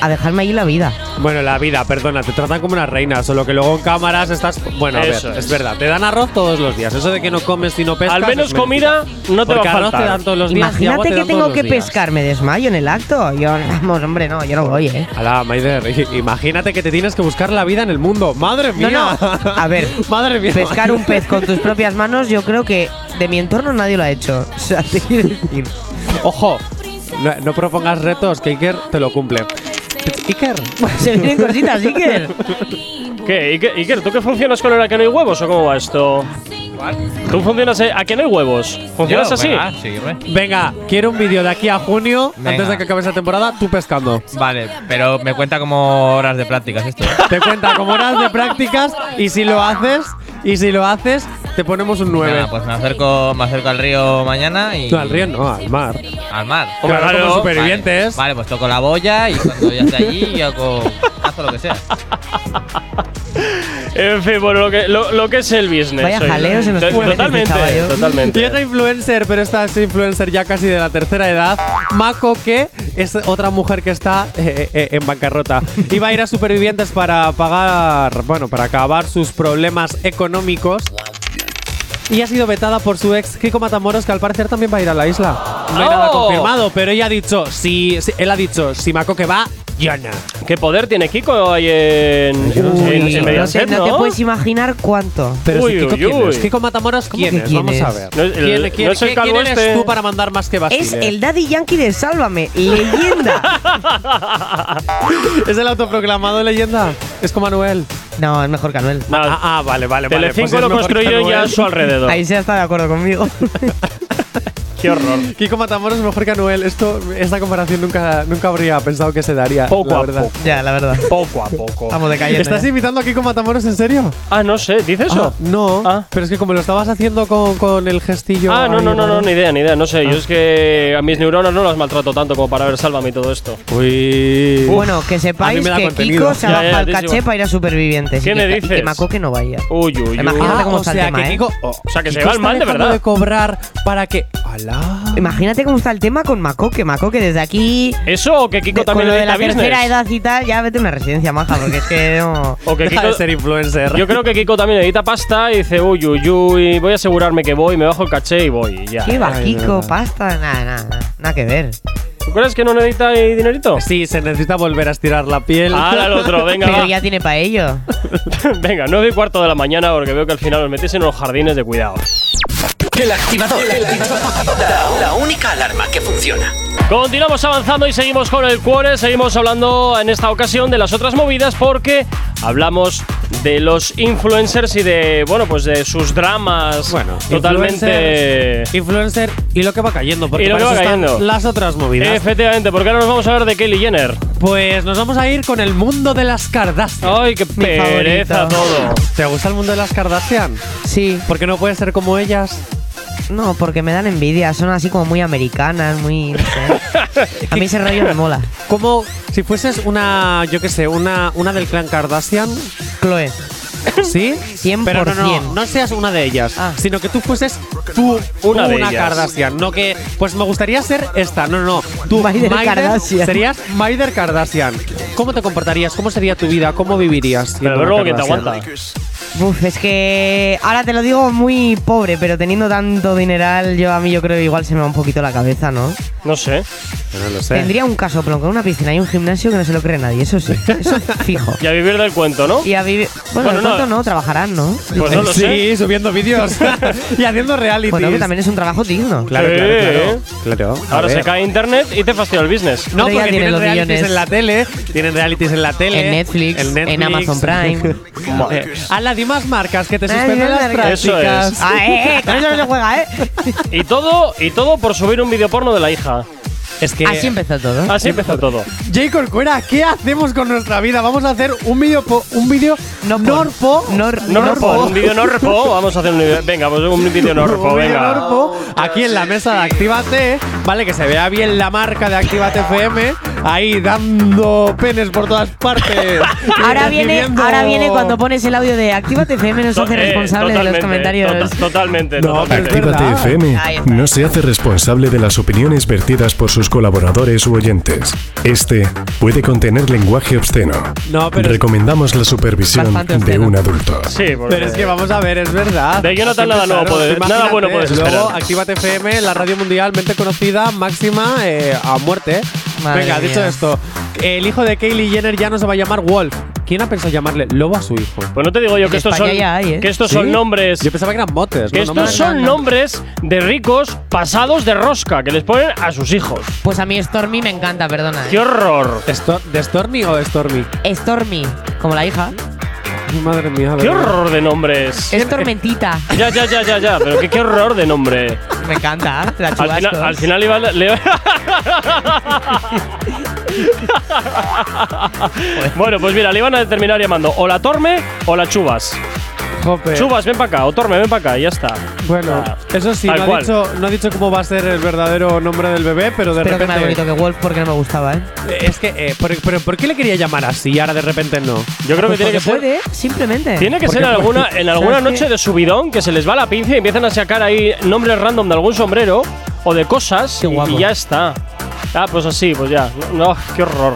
Speaker 4: a dejarme allí la vida.
Speaker 2: Bueno, la vida, perdona, te tratan como una reina, solo que luego en cámaras estás. Bueno, a
Speaker 1: Eso
Speaker 2: ver,
Speaker 1: es.
Speaker 2: es. verdad, te dan arroz todos los días. Eso de que no comes y no pescas.
Speaker 1: Al menos
Speaker 2: es mentira.
Speaker 1: comida no te
Speaker 2: Porque
Speaker 1: va a
Speaker 2: arroz
Speaker 1: faltar.
Speaker 2: te dan todos los días. y agua
Speaker 4: Imagínate
Speaker 2: te
Speaker 4: que
Speaker 2: dan todos
Speaker 4: tengo
Speaker 2: los
Speaker 4: que
Speaker 2: días.
Speaker 4: pescar, me desmayo en el acto. Yo, vamos, hombre, no, yo no voy, eh.
Speaker 2: Alá, Maider, i- imagínate que te tienes que buscar la vida en el mundo. ¡Madre
Speaker 4: No,
Speaker 2: mía!
Speaker 4: no. A ver,
Speaker 2: madre mía.
Speaker 4: pescar un pez con tus propias manos, yo creo que de mi entorno nadie lo ha hecho. O sea, te quiero decir.
Speaker 2: Ojo, no, no propongas retos, que Iker te lo cumple. Iker,
Speaker 4: Se vienen cositas, Iker.
Speaker 1: ¿Qué? Iker, Iker, ¿tú qué funcionas con el a que no hay huevos o cómo va esto? ¿Tú funcionas eh, a que no hay huevos? ¿Funcionas así?
Speaker 7: Venga, sí, güey.
Speaker 2: venga, quiero un vídeo de aquí a junio,
Speaker 7: Venga.
Speaker 2: antes de que acabe esa temporada, tú pescando.
Speaker 7: Vale, pero me cuenta como horas de prácticas esto. ¿eh?
Speaker 2: Te cuenta como horas de prácticas y si lo haces, y si lo haces, te ponemos un 9.
Speaker 7: Venga, pues me acerco, me acerco al río mañana y.
Speaker 2: No, al río no, al mar.
Speaker 7: Al mar.
Speaker 2: Hombre,
Speaker 1: Claro.
Speaker 2: somos
Speaker 7: Vale,
Speaker 2: supervivientes.
Speaker 7: Vale, pues toco la boya y cuando ya esté allí, yo hago. Hago lo que sea.
Speaker 1: En fin, bueno, lo que, lo, lo que es el business.
Speaker 4: Vaya
Speaker 1: oye.
Speaker 4: jaleo se nos
Speaker 1: To-
Speaker 4: puede meter,
Speaker 1: Totalmente,
Speaker 4: chaval, yo.
Speaker 2: Y otra
Speaker 1: totalmente.
Speaker 2: influencer, pero esta es influencer ya casi de la tercera edad, Mako, que es otra mujer que está eh, eh, en bancarrota. Iba a ir a supervivientes para pagar, bueno, para acabar sus problemas económicos. Y ha sido vetada por su ex Kiko Matamoros, que al parecer también va a ir a la isla. No hay nada
Speaker 1: ¡Oh!
Speaker 2: confirmado, pero ella ha dicho, si, si- él ha dicho, si Mako que va, yo no.
Speaker 1: ¿Qué poder tiene Kiko ahí en,
Speaker 2: Yo no sé,
Speaker 1: en, en
Speaker 2: no
Speaker 4: No,
Speaker 1: Mediaset,
Speaker 4: sé, no te puedes imaginar cuánto.
Speaker 2: Pero
Speaker 1: Uy,
Speaker 2: si Kiko,
Speaker 1: uy,
Speaker 2: ¿quién
Speaker 1: uy.
Speaker 2: es? Kiko Matamoros,
Speaker 4: ¿Cómo que
Speaker 2: ¿quién es?
Speaker 4: quién
Speaker 2: Vamos a
Speaker 4: es?
Speaker 2: ver.
Speaker 1: No es el-
Speaker 2: ¿Quién, quién-
Speaker 1: no es el
Speaker 2: quién- quién
Speaker 1: calvo
Speaker 2: eres
Speaker 1: este.
Speaker 2: tú para mandar más que Basile?
Speaker 4: Es el Daddy Yankee de Sálvame, leyenda.
Speaker 2: ¿Es el autoproclamado leyenda? Es como Manuel.
Speaker 4: No, es mejor que Anuel.
Speaker 1: Nada,
Speaker 2: Ah, ah, vale, vale. vale,
Speaker 1: Telecinco
Speaker 2: pues es
Speaker 1: lo
Speaker 2: mejor que
Speaker 1: construyeron
Speaker 2: Anuel.
Speaker 1: ya a su alrededor.
Speaker 4: Ahí se está de acuerdo conmigo.
Speaker 1: Qué horror.
Speaker 2: Kiko Matamoros es mejor que Anuel. Esto, esta comparación nunca, nunca habría pensado que se daría.
Speaker 1: Poco
Speaker 2: la
Speaker 1: a
Speaker 2: verdad.
Speaker 1: poco.
Speaker 4: ya, la verdad.
Speaker 1: Poco a poco.
Speaker 4: Estamos decayendo.
Speaker 2: ¿Estás
Speaker 4: ya.
Speaker 2: invitando a Kiko Matamoros en serio?
Speaker 1: Ah, no sé, ¿dice eso?
Speaker 2: Ah, no,
Speaker 1: Ah.
Speaker 2: pero es que como lo estabas haciendo con, con el gestillo.
Speaker 1: Ah, no,
Speaker 2: ahí,
Speaker 1: no, no, no,
Speaker 2: ¿vale?
Speaker 1: ni idea, ni idea. No sé, yo es que a mis neuronas no las maltrato tanto como para ver Sálvame y todo esto.
Speaker 2: Uy.
Speaker 4: Bueno, que
Speaker 2: a mí
Speaker 4: sepáis
Speaker 2: me da
Speaker 4: que
Speaker 2: contenido.
Speaker 4: Kiko se
Speaker 1: Ya,
Speaker 4: va
Speaker 1: ya,
Speaker 4: para el
Speaker 1: tísimo.
Speaker 4: caché para ir a Supervivientes.
Speaker 1: ¿Qué
Speaker 4: y
Speaker 1: me
Speaker 4: que- y
Speaker 1: dices?
Speaker 4: que Maco que no vaya.
Speaker 1: Uy, uy,
Speaker 2: Ah,
Speaker 1: uy.
Speaker 4: Imagina- Fíjate cómo está el tema, ¿eh?
Speaker 1: O sea, que se va el mal, de
Speaker 2: dejando
Speaker 1: verdad.
Speaker 2: de cobrar para que. ¡Alá!
Speaker 4: Imagínate cómo está el tema con Maco que Maco que desde aquí
Speaker 1: ¿Eso o que Kiko
Speaker 4: de-
Speaker 1: también
Speaker 4: con lo
Speaker 1: le
Speaker 4: de la
Speaker 1: edita business?
Speaker 4: tercera edad y tal, ya vete a una residencia maja, porque es que no.
Speaker 1: O que
Speaker 2: Deja de
Speaker 1: Kiko,
Speaker 2: ser influencer.
Speaker 1: yo creo que Kiko también edita pasta y dice, uy, uy, uy, voy a asegurarme que voy, me bajo el caché y voy. y ya.
Speaker 4: ¿Qué va,
Speaker 2: Ay,
Speaker 4: Kiko?
Speaker 2: verdad.
Speaker 4: Pasta, nada, nada, nada que ver.
Speaker 1: ¿Tú crees que no necesita eh, dinerito?
Speaker 2: Sí, se necesita volver a estirar la piel.
Speaker 1: Ahora el otro, venga,
Speaker 4: Pero
Speaker 1: va.
Speaker 4: ya tiene para ello.
Speaker 1: Venga, 9 y cuarto de la mañana porque veo que al final os metéis en los jardines de cuidado.
Speaker 3: El activador. La, la única alarma que funciona.
Speaker 1: Continuamos avanzando y seguimos con el cuore, seguimos hablando en esta ocasión de las otras movidas porque hablamos de los influencers y de, bueno, pues de sus dramas
Speaker 2: Bueno,
Speaker 1: totalmente...
Speaker 2: influencer, influencer y lo que va cayendo, porque
Speaker 1: Y lo
Speaker 2: para
Speaker 1: que
Speaker 2: eso
Speaker 1: va
Speaker 2: están
Speaker 1: cayendo.
Speaker 2: las otras movidas.
Speaker 1: Efectivamente, porque ahora nos vamos a ver de Kelly Jenner.
Speaker 2: pues nos vamos a ir con el mundo de las Kardashian.
Speaker 1: Ay, qué pereza
Speaker 4: favorita.
Speaker 1: todo.
Speaker 2: ¿Te gusta el mundo de las Kardashian?
Speaker 4: Sí,
Speaker 2: Porque no puedes ser como ellas.
Speaker 4: no, porque me dan envidia, son así como muy americanas, muy. no sé. A mí ese rollo me mola.
Speaker 2: Como si fueses una, yo qué sé, una, una del clan Kardashian,
Speaker 4: Chloe,
Speaker 2: ¿sí?
Speaker 4: 100%.
Speaker 2: Pero no, no, no seas una de ellas,
Speaker 4: Ah.
Speaker 2: sino que tú fueses tú una,
Speaker 1: Una de ellas.
Speaker 2: Kardashian. No que, pues me gustaría ser esta, no, no, no. Tú,
Speaker 4: Maider Kardashian.
Speaker 2: Serías Maider Kardashian. ¿Cómo te comportarías? ¿Cómo sería tu vida? ¿Cómo vivirías? siendo
Speaker 1: Pero
Speaker 2: una
Speaker 1: luego que te
Speaker 2: Kardashian?
Speaker 1: aguanta.
Speaker 4: Uf, es que ahora te lo digo muy pobre, pero teniendo tanto dineral, yo a mí yo creo que igual se me va un poquito la cabeza, ¿no?
Speaker 1: No sé.
Speaker 2: No lo sé.
Speaker 4: Tendría un casoplón con una piscina y un gimnasio que no se lo cree nadie, eso sí, eso fijo.
Speaker 1: Y a vivir del cuento, ¿no?
Speaker 4: Y a vivir. Bueno,
Speaker 1: Bueno,
Speaker 4: de pronto
Speaker 1: no.
Speaker 4: no, trabajarán, ¿no?
Speaker 1: Pues no lo
Speaker 2: sí,
Speaker 1: sé.
Speaker 2: subiendo vídeos y haciendo reality.
Speaker 4: Bueno, que también es un trabajo digno.
Speaker 2: Claro,
Speaker 1: Sí.
Speaker 2: claro, claro. Claro, a
Speaker 1: Ahora se
Speaker 2: ver.
Speaker 1: cae internet y te fastidia el business.
Speaker 2: No,
Speaker 4: Pero ya
Speaker 2: porque
Speaker 4: tienen
Speaker 2: tienen
Speaker 4: los
Speaker 2: realities
Speaker 4: millones.
Speaker 2: en la tele, tienen realities en la tele,
Speaker 4: En Netflix, en Amazon Prime.
Speaker 2: Eh, a la demás marcas que te
Speaker 4: Ay,
Speaker 2: suspenden las
Speaker 4: mierda.
Speaker 2: prácticas.
Speaker 1: Eso es.
Speaker 4: Ah, eh, eh, con eso no se juega, eh.
Speaker 1: Y todo, y todo por subir un video porno de la hija.
Speaker 2: Es que
Speaker 4: Así empezó todo.
Speaker 1: Así empezó todo.
Speaker 2: Jay Corcuera, ¿qué hacemos con nuestra vida? Vamos a hacer un vídeo po- un vídeo
Speaker 4: No porn.
Speaker 2: norpo.
Speaker 4: Nor-
Speaker 1: No
Speaker 4: Norpo.
Speaker 1: repo, un vídeo no repo. Vamos a hacer un video. Venga, pues un vídeo no repo,
Speaker 2: un vídeo
Speaker 1: venga.
Speaker 2: norpo aquí en la mesa de Actívate, vale, que se vea bien la marca de Actívate FM, ahí dando penes por todas partes. y
Speaker 4: Ahora viene,
Speaker 2: recibiendo-
Speaker 4: ahora viene cuando pones el audio de Actívate FM, no se hace
Speaker 1: Eh,
Speaker 4: responsable de los
Speaker 1: totalmente,
Speaker 4: comentarios.
Speaker 1: to- totalmente,
Speaker 2: No,
Speaker 1: totalmente.
Speaker 2: pero es
Speaker 8: Actívate
Speaker 2: verdad.
Speaker 8: FM
Speaker 4: Ahí está.
Speaker 8: no se hace responsable de las opiniones vertidas por sus colaboradores u oyentes. Este puede contener lenguaje obsceno.
Speaker 2: No, pero-
Speaker 8: Recomendamos la supervisión
Speaker 4: Bastante
Speaker 8: de
Speaker 4: obsceno.
Speaker 8: un adulto.
Speaker 1: Sí, porque-
Speaker 2: Pero es que vamos a ver, es verdad.
Speaker 1: De Jonathan
Speaker 2: Así
Speaker 1: nada nuevo
Speaker 2: empezaron.
Speaker 1: puede-
Speaker 2: Imagínate,
Speaker 1: nada bueno puedes
Speaker 2: Luego,
Speaker 1: esperar.
Speaker 2: Actívate FM, la radio mundialmente conocida, máxima eh, a muerte.
Speaker 4: Madre
Speaker 2: Venga, dicho
Speaker 4: mía.
Speaker 2: esto, el hijo de Kaylee Jenner ya no se va a llamar Wolf. ¿Quién ha pensado llamarle lobo a su hijo?
Speaker 1: Pues no te digo yo que
Speaker 4: En
Speaker 1: estos
Speaker 4: España
Speaker 1: son,
Speaker 4: ya hay, ¿eh?
Speaker 1: que estos
Speaker 2: ¿Sí?
Speaker 1: son nombres.
Speaker 2: Yo pensaba que eran motes.
Speaker 1: que
Speaker 2: ¿no?
Speaker 1: estos
Speaker 2: Nombres.
Speaker 1: son
Speaker 4: no, no.
Speaker 1: nombres de ricos pasados de rosca que les ponen a sus hijos.
Speaker 4: Pues a mí Stormy me encanta, perdona. eh.
Speaker 1: ¡Qué horror!
Speaker 2: Esto- ¿De Stormy o de Stormy?
Speaker 4: Stormy, como la hija.
Speaker 2: Madre mía.
Speaker 1: ¡Qué horror de nombres!
Speaker 4: Es tormentita.
Speaker 1: Ya, ya, ya, ya, ya, pero qué, qué horror de nombre.
Speaker 4: Me encanta, ¿eh? la
Speaker 1: Al, fina-
Speaker 4: chubascos.
Speaker 1: al final iba. le- bueno, pues mira, le iban a terminar llamando o la Torme o la Chubas.
Speaker 2: Jope.
Speaker 1: Chubas, ven para acá, o Torme, ven para acá, y ya está.
Speaker 2: Bueno,
Speaker 1: Ah,
Speaker 2: eso sí,
Speaker 1: tal
Speaker 2: no ha,
Speaker 1: cual.
Speaker 2: dicho, no ha dicho cómo va a ser el verdadero nombre del bebé, pero de
Speaker 4: Pero que más bonito
Speaker 2: repente.
Speaker 4: que Wolf porque no me gustaba, ¿eh?
Speaker 2: Es que, eh, pero, pero ¿por qué le quería llamar así y ahora de repente
Speaker 1: Yo
Speaker 2: no? Pues
Speaker 1: creo que tiene
Speaker 4: Pues Porque
Speaker 1: que ser.
Speaker 4: puede, simplemente.
Speaker 1: Tiene que
Speaker 2: Porque
Speaker 1: ser en
Speaker 2: puede.
Speaker 1: alguna, en alguna
Speaker 4: ¿Sabes qué?
Speaker 1: noche de subidón que se les va la pinza y empiezan a sacar ahí nombres random de algún sombrero o de cosas
Speaker 4: Qué
Speaker 1: y-
Speaker 4: guapo.
Speaker 1: y ya está. Ah, pues así, pues ya. No, no, qué horror.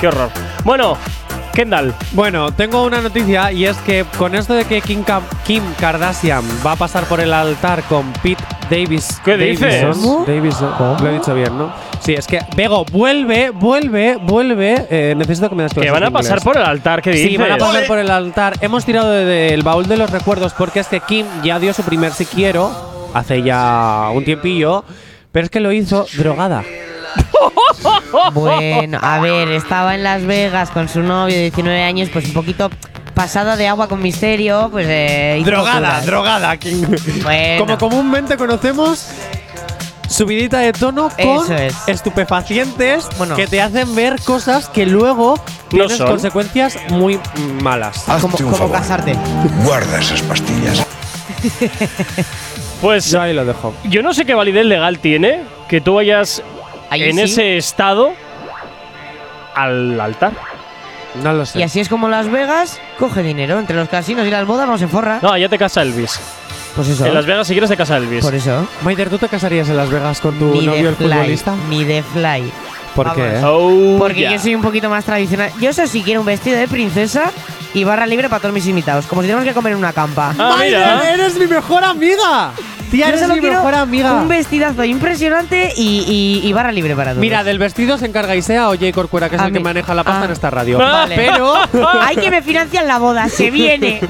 Speaker 1: Qué horror. Bueno, Kendall.
Speaker 2: Bueno, tengo una noticia y es que con esto de que Kim, Ka- Kim Kardashian va a pasar por el altar con Pete Davis.
Speaker 1: ¿Qué
Speaker 2: Davidson-
Speaker 1: dices?
Speaker 2: Davidson, lo he dicho bien, ¿no? Sí, es que, Bego, vuelve, vuelve, vuelve. Eh, necesito que me das clases
Speaker 1: Que van
Speaker 2: de
Speaker 1: a pasar
Speaker 2: inglés.
Speaker 1: por el altar, ¿qué dices?
Speaker 2: Sí, van a pasar por el altar. Hemos tirado de- del baúl de los recuerdos porque es que Kim ya dio su primer si quiero hace ya un tiempillo, pero es que lo hizo drogada.
Speaker 4: Bueno, a ver, estaba en Las Vegas con su novio de 19 años, pues un poquito pasada de agua con misterio, pues. eh, hizo
Speaker 2: Drogada,
Speaker 4: locuras.
Speaker 2: drogada. King.
Speaker 4: Bueno.
Speaker 2: Como comúnmente conocemos, subidita de tono con
Speaker 4: Eso es.
Speaker 2: estupefacientes
Speaker 4: Bueno.
Speaker 2: que te hacen ver cosas que luego tienes
Speaker 1: son.
Speaker 2: consecuencias muy malas.
Speaker 4: Como, como casarte.
Speaker 8: Guarda esas pastillas.
Speaker 1: Pues
Speaker 2: Yo ahí lo dejo.
Speaker 1: yo no sé qué validez legal tiene que tú vayas
Speaker 4: Ahí
Speaker 1: en
Speaker 4: sí.
Speaker 1: ese estado al altar.
Speaker 2: No lo
Speaker 4: Y
Speaker 2: sé.
Speaker 4: así es como Las Vegas coge dinero. Entre los casinos y las bodas no se forra.
Speaker 1: No, ya te casa Elvis.
Speaker 4: Pues eso.
Speaker 1: En Las Vegas, si quieres, te casa Elvis.
Speaker 4: Por eso.
Speaker 2: Maider, ¿tú te casarías en Las Vegas con tu
Speaker 4: ni
Speaker 2: novio
Speaker 4: de
Speaker 2: el
Speaker 4: fly.
Speaker 2: futbolista?
Speaker 4: Ni de fly.
Speaker 2: ¿Por qué?
Speaker 4: Vamos.
Speaker 1: Oh,
Speaker 4: Porque
Speaker 1: yeah.
Speaker 4: yo soy un poquito más tradicional. Yo eso sí quiero un vestido de princesa y barra libre para todos mis invitados. Como si tenemos que comer en una campa.
Speaker 1: Ah, mira.
Speaker 2: Maider, eres mi mejor amiga. Tía,
Speaker 4: Yo
Speaker 2: eres
Speaker 4: solo
Speaker 2: mi
Speaker 4: quiero
Speaker 2: mejor amiga.
Speaker 4: Un vestidazo impresionante y, y- y barra libre para todos.
Speaker 2: Mira, del vestido se encarga Isea o Jay Corcuera, que es
Speaker 4: A
Speaker 2: el que
Speaker 4: mí.
Speaker 2: maneja la pasta
Speaker 4: Ah.
Speaker 2: en esta radio.
Speaker 4: Vale.
Speaker 2: Pero,
Speaker 4: Ay, que me financian la boda, se viene.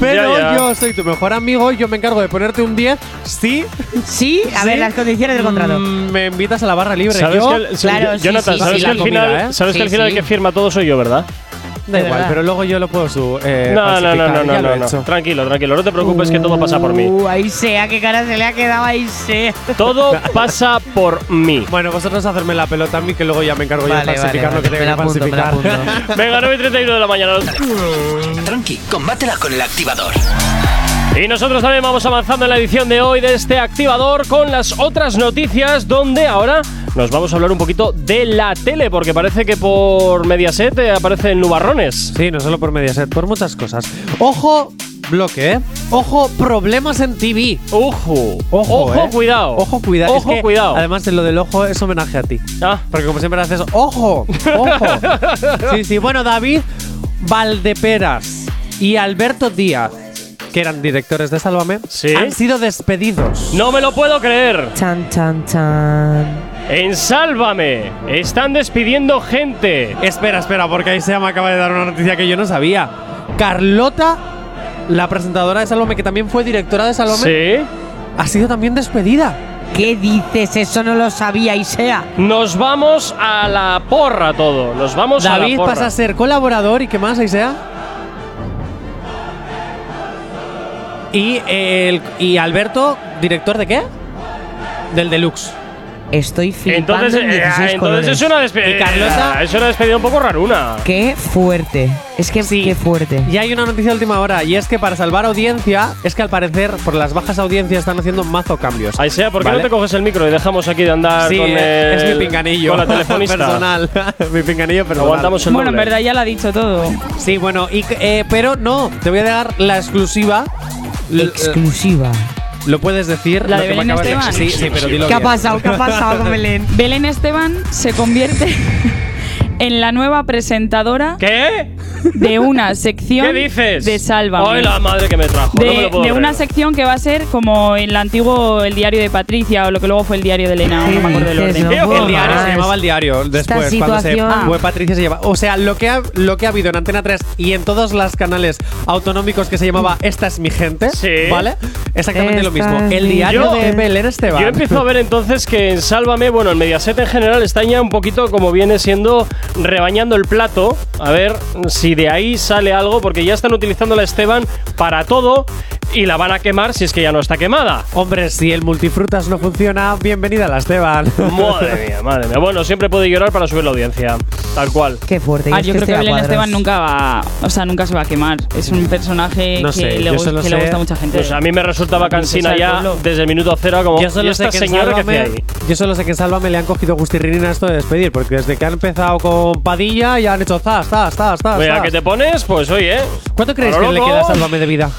Speaker 2: pero
Speaker 1: Ya, ya.
Speaker 2: yo soy tu mejor amigo y yo me encargo de ponerte un 10 si
Speaker 4: Sí, a
Speaker 2: Sí.
Speaker 4: ver, las condiciones del contrato.
Speaker 2: mm, me invitas a la barra libre.
Speaker 1: ¿Sabes
Speaker 2: Yo-
Speaker 1: que el- sí,
Speaker 4: Claro,
Speaker 1: yo-
Speaker 4: sí,
Speaker 1: Jonathan,
Speaker 4: sí,
Speaker 1: ¿sabes
Speaker 2: sí,
Speaker 1: que
Speaker 2: la
Speaker 1: al
Speaker 2: comida,
Speaker 1: final,
Speaker 2: ¿eh?
Speaker 1: ¿sabes que,
Speaker 7: Sí,
Speaker 1: al final
Speaker 7: sí.
Speaker 1: el que firma todo soy yo, verdad?
Speaker 2: Da
Speaker 4: De
Speaker 2: igual,
Speaker 4: verdad.
Speaker 2: pero luego yo lo puedo su. eh,
Speaker 1: no, no, no,
Speaker 2: falsificar,
Speaker 1: no, no,
Speaker 2: ya lo
Speaker 1: no,
Speaker 2: he
Speaker 1: no.
Speaker 2: hecho.
Speaker 1: Tranquilo, tranquilo, no te preocupes que todo pasa por mí.
Speaker 4: Uh, ahí sea, qué cara se le ha quedado ahí sea.
Speaker 1: Todo pasa por mí.
Speaker 2: Bueno, vosotros hacerme la pelota a mí, que luego ya me encargo yo de
Speaker 4: Vale,
Speaker 2: falsificar
Speaker 4: vale,
Speaker 2: lo que
Speaker 4: vale, me
Speaker 2: tenga que
Speaker 4: la apunto, me la
Speaker 2: falsificar.
Speaker 4: apunto.
Speaker 1: Venga, 9.31 de la mañana.
Speaker 3: Tranqui, combátela con el activador.
Speaker 1: Y nosotros también vamos avanzando en la edición de hoy de este activador con las otras noticias, donde ahora nos vamos a hablar un poquito de la tele, porque parece que por Mediaset eh, aparecen nubarrones.
Speaker 2: Sí, no solo por Mediaset, por muchas cosas. Ojo, bloque, ¿eh? Ojo, problemas en TV.
Speaker 1: Ojo,
Speaker 2: Ojo, ¿eh?
Speaker 1: cuidado.
Speaker 2: Ojo, cuidado.
Speaker 1: Ojo,
Speaker 2: Es que,
Speaker 1: cuidado.
Speaker 2: Además, lo del ojo es homenaje a ti.
Speaker 1: Ah.
Speaker 2: Porque como siempre haces, ojo, ojo. sí, sí. Bueno, David Valdeperas y Alberto Díaz, que eran directores de Sálvame,
Speaker 1: Sí.
Speaker 2: han sido despedidos.
Speaker 1: No me lo puedo creer.
Speaker 4: Chan, chan, chan.
Speaker 1: En Sálvame están despidiendo gente.
Speaker 2: Espera, espera, porque ahí se me acaba de dar una noticia que yo no sabía. Carlota, la presentadora de Sálvame, que también fue directora de Sálvame,
Speaker 1: Sí.
Speaker 2: ha sido también despedida.
Speaker 4: ¿Qué dices? Eso no lo sabía, Isea.
Speaker 1: Nos vamos a la porra todo. Nos vamos a la
Speaker 2: David
Speaker 1: porra.
Speaker 2: pasa a ser colaborador y qué más, ahí sea. Y, el, y Alberto, director de qué? Del Deluxe.
Speaker 4: Estoy flipando
Speaker 1: Entonces,
Speaker 4: en
Speaker 2: ah,
Speaker 1: eh,
Speaker 4: 16
Speaker 1: entonces
Speaker 4: colores.
Speaker 1: es una despedida.
Speaker 2: Y Carlota-
Speaker 1: Es una despedida un poco raruna.
Speaker 4: Qué fuerte. Es que
Speaker 2: Sí.
Speaker 4: qué fuerte.
Speaker 2: Y hay una noticia de última hora, y es que para salvar audiencia, es que al parecer por las bajas audiencias están haciendo mazo cambios.
Speaker 1: Ahí sea, ¿por qué
Speaker 2: ¿Vale?
Speaker 1: no te coges el micro y dejamos aquí de andar
Speaker 2: Sí,
Speaker 1: con
Speaker 2: eh, es
Speaker 1: el-
Speaker 2: mi pinganillo.
Speaker 1: Con la telefonista.
Speaker 2: personal. mi pinganillo personal.
Speaker 1: Aguantamos el
Speaker 9: Bueno, en
Speaker 1: doble.
Speaker 9: verdad ya lo ha dicho todo.
Speaker 2: Sí, bueno, y, que- eh, pero no, te voy a dar la exclusiva. L-
Speaker 4: Exclusiva.
Speaker 2: Lo puedes decir.
Speaker 9: ¿La
Speaker 2: lo
Speaker 9: de
Speaker 2: que me
Speaker 9: Belén
Speaker 2: acabas
Speaker 9: Esteban?
Speaker 2: Sí, sí, pero dilo
Speaker 4: ¿Qué ha
Speaker 2: bien.
Speaker 4: pasado? ¿Qué ha pasado, Belén?
Speaker 9: Belén Esteban se convierte en la nueva presentadora
Speaker 1: ¿Qué?
Speaker 9: de una sección
Speaker 1: ¿Qué dices?
Speaker 9: de Sálvame.
Speaker 1: Ay, la madre que me trajo. no me
Speaker 9: de,
Speaker 1: lo puedo
Speaker 9: de una
Speaker 1: creer.
Speaker 9: sección que va a ser como el antiguo el diario de Patricia o lo que luego fue el diario de Elena,
Speaker 4: ¿Qué
Speaker 9: no me acuerdo del
Speaker 4: dices,
Speaker 9: orden.
Speaker 4: no puedo
Speaker 2: El diario se
Speaker 4: más.
Speaker 2: llamaba el diario. Después, cuando se Ah.
Speaker 4: situación-
Speaker 2: fue Patricia se lleva. O sea, lo que, ha, lo que ha habido en Antena 3 y en todos los canales autonómicos que se llamaba Esta es mi gente,
Speaker 1: Sí.
Speaker 2: ¿vale? Exactamente lo
Speaker 4: Mm. Esta
Speaker 2: mismo.
Speaker 4: es
Speaker 2: El
Speaker 4: mi
Speaker 2: diario
Speaker 1: gente.
Speaker 2: de Belén Esteban.
Speaker 1: Yo empiezo a ver entonces que en Sálvame, bueno, en Mediaset en general está ya un poquito como viene siendo rebañando el plato. A ver si de ahí sale algo, porque ya están utilizando la Esteban para todo y la van a quemar si es que ya no está quemada.
Speaker 2: Hombre, si el multifrutas no funciona, bienvenida a la Esteban.
Speaker 1: Madre mía, madre mía. Bueno, siempre puede llorar para subir la audiencia. Tal cual.
Speaker 4: Qué fuerte.
Speaker 9: Ah,
Speaker 4: es
Speaker 9: yo creo
Speaker 4: estoy
Speaker 9: que
Speaker 4: a
Speaker 9: Belén
Speaker 4: cuadros.
Speaker 9: Esteban nunca va, o sea, nunca se va a quemar. Es un personaje
Speaker 2: No
Speaker 9: que,
Speaker 2: sé,
Speaker 9: le
Speaker 2: yo
Speaker 9: gus-
Speaker 2: solo
Speaker 9: que le
Speaker 2: sé-
Speaker 9: gusta a mucha gente.
Speaker 1: Pues a mí me resultaba
Speaker 9: La princesa
Speaker 1: cansina
Speaker 9: del
Speaker 1: ya
Speaker 9: pueblo.
Speaker 1: desde el minuto cero como
Speaker 2: Yo solo,
Speaker 1: "¿Y
Speaker 2: sé
Speaker 1: esta
Speaker 2: que en
Speaker 1: señora que hace
Speaker 2: Sálvame,
Speaker 1: ahí.
Speaker 2: yo solo sé que en Sálvame le han cogido gustirrinina esto de despedir, porque desde que han empezado con Padilla ya han hecho zas, zas, zas, zas.
Speaker 1: Mira,
Speaker 2: zas.
Speaker 1: que te pones, pues oye.
Speaker 2: ¿Cuánto creéis
Speaker 1: a lo
Speaker 2: que le
Speaker 1: loco.
Speaker 2: queda a Sálvame de vida?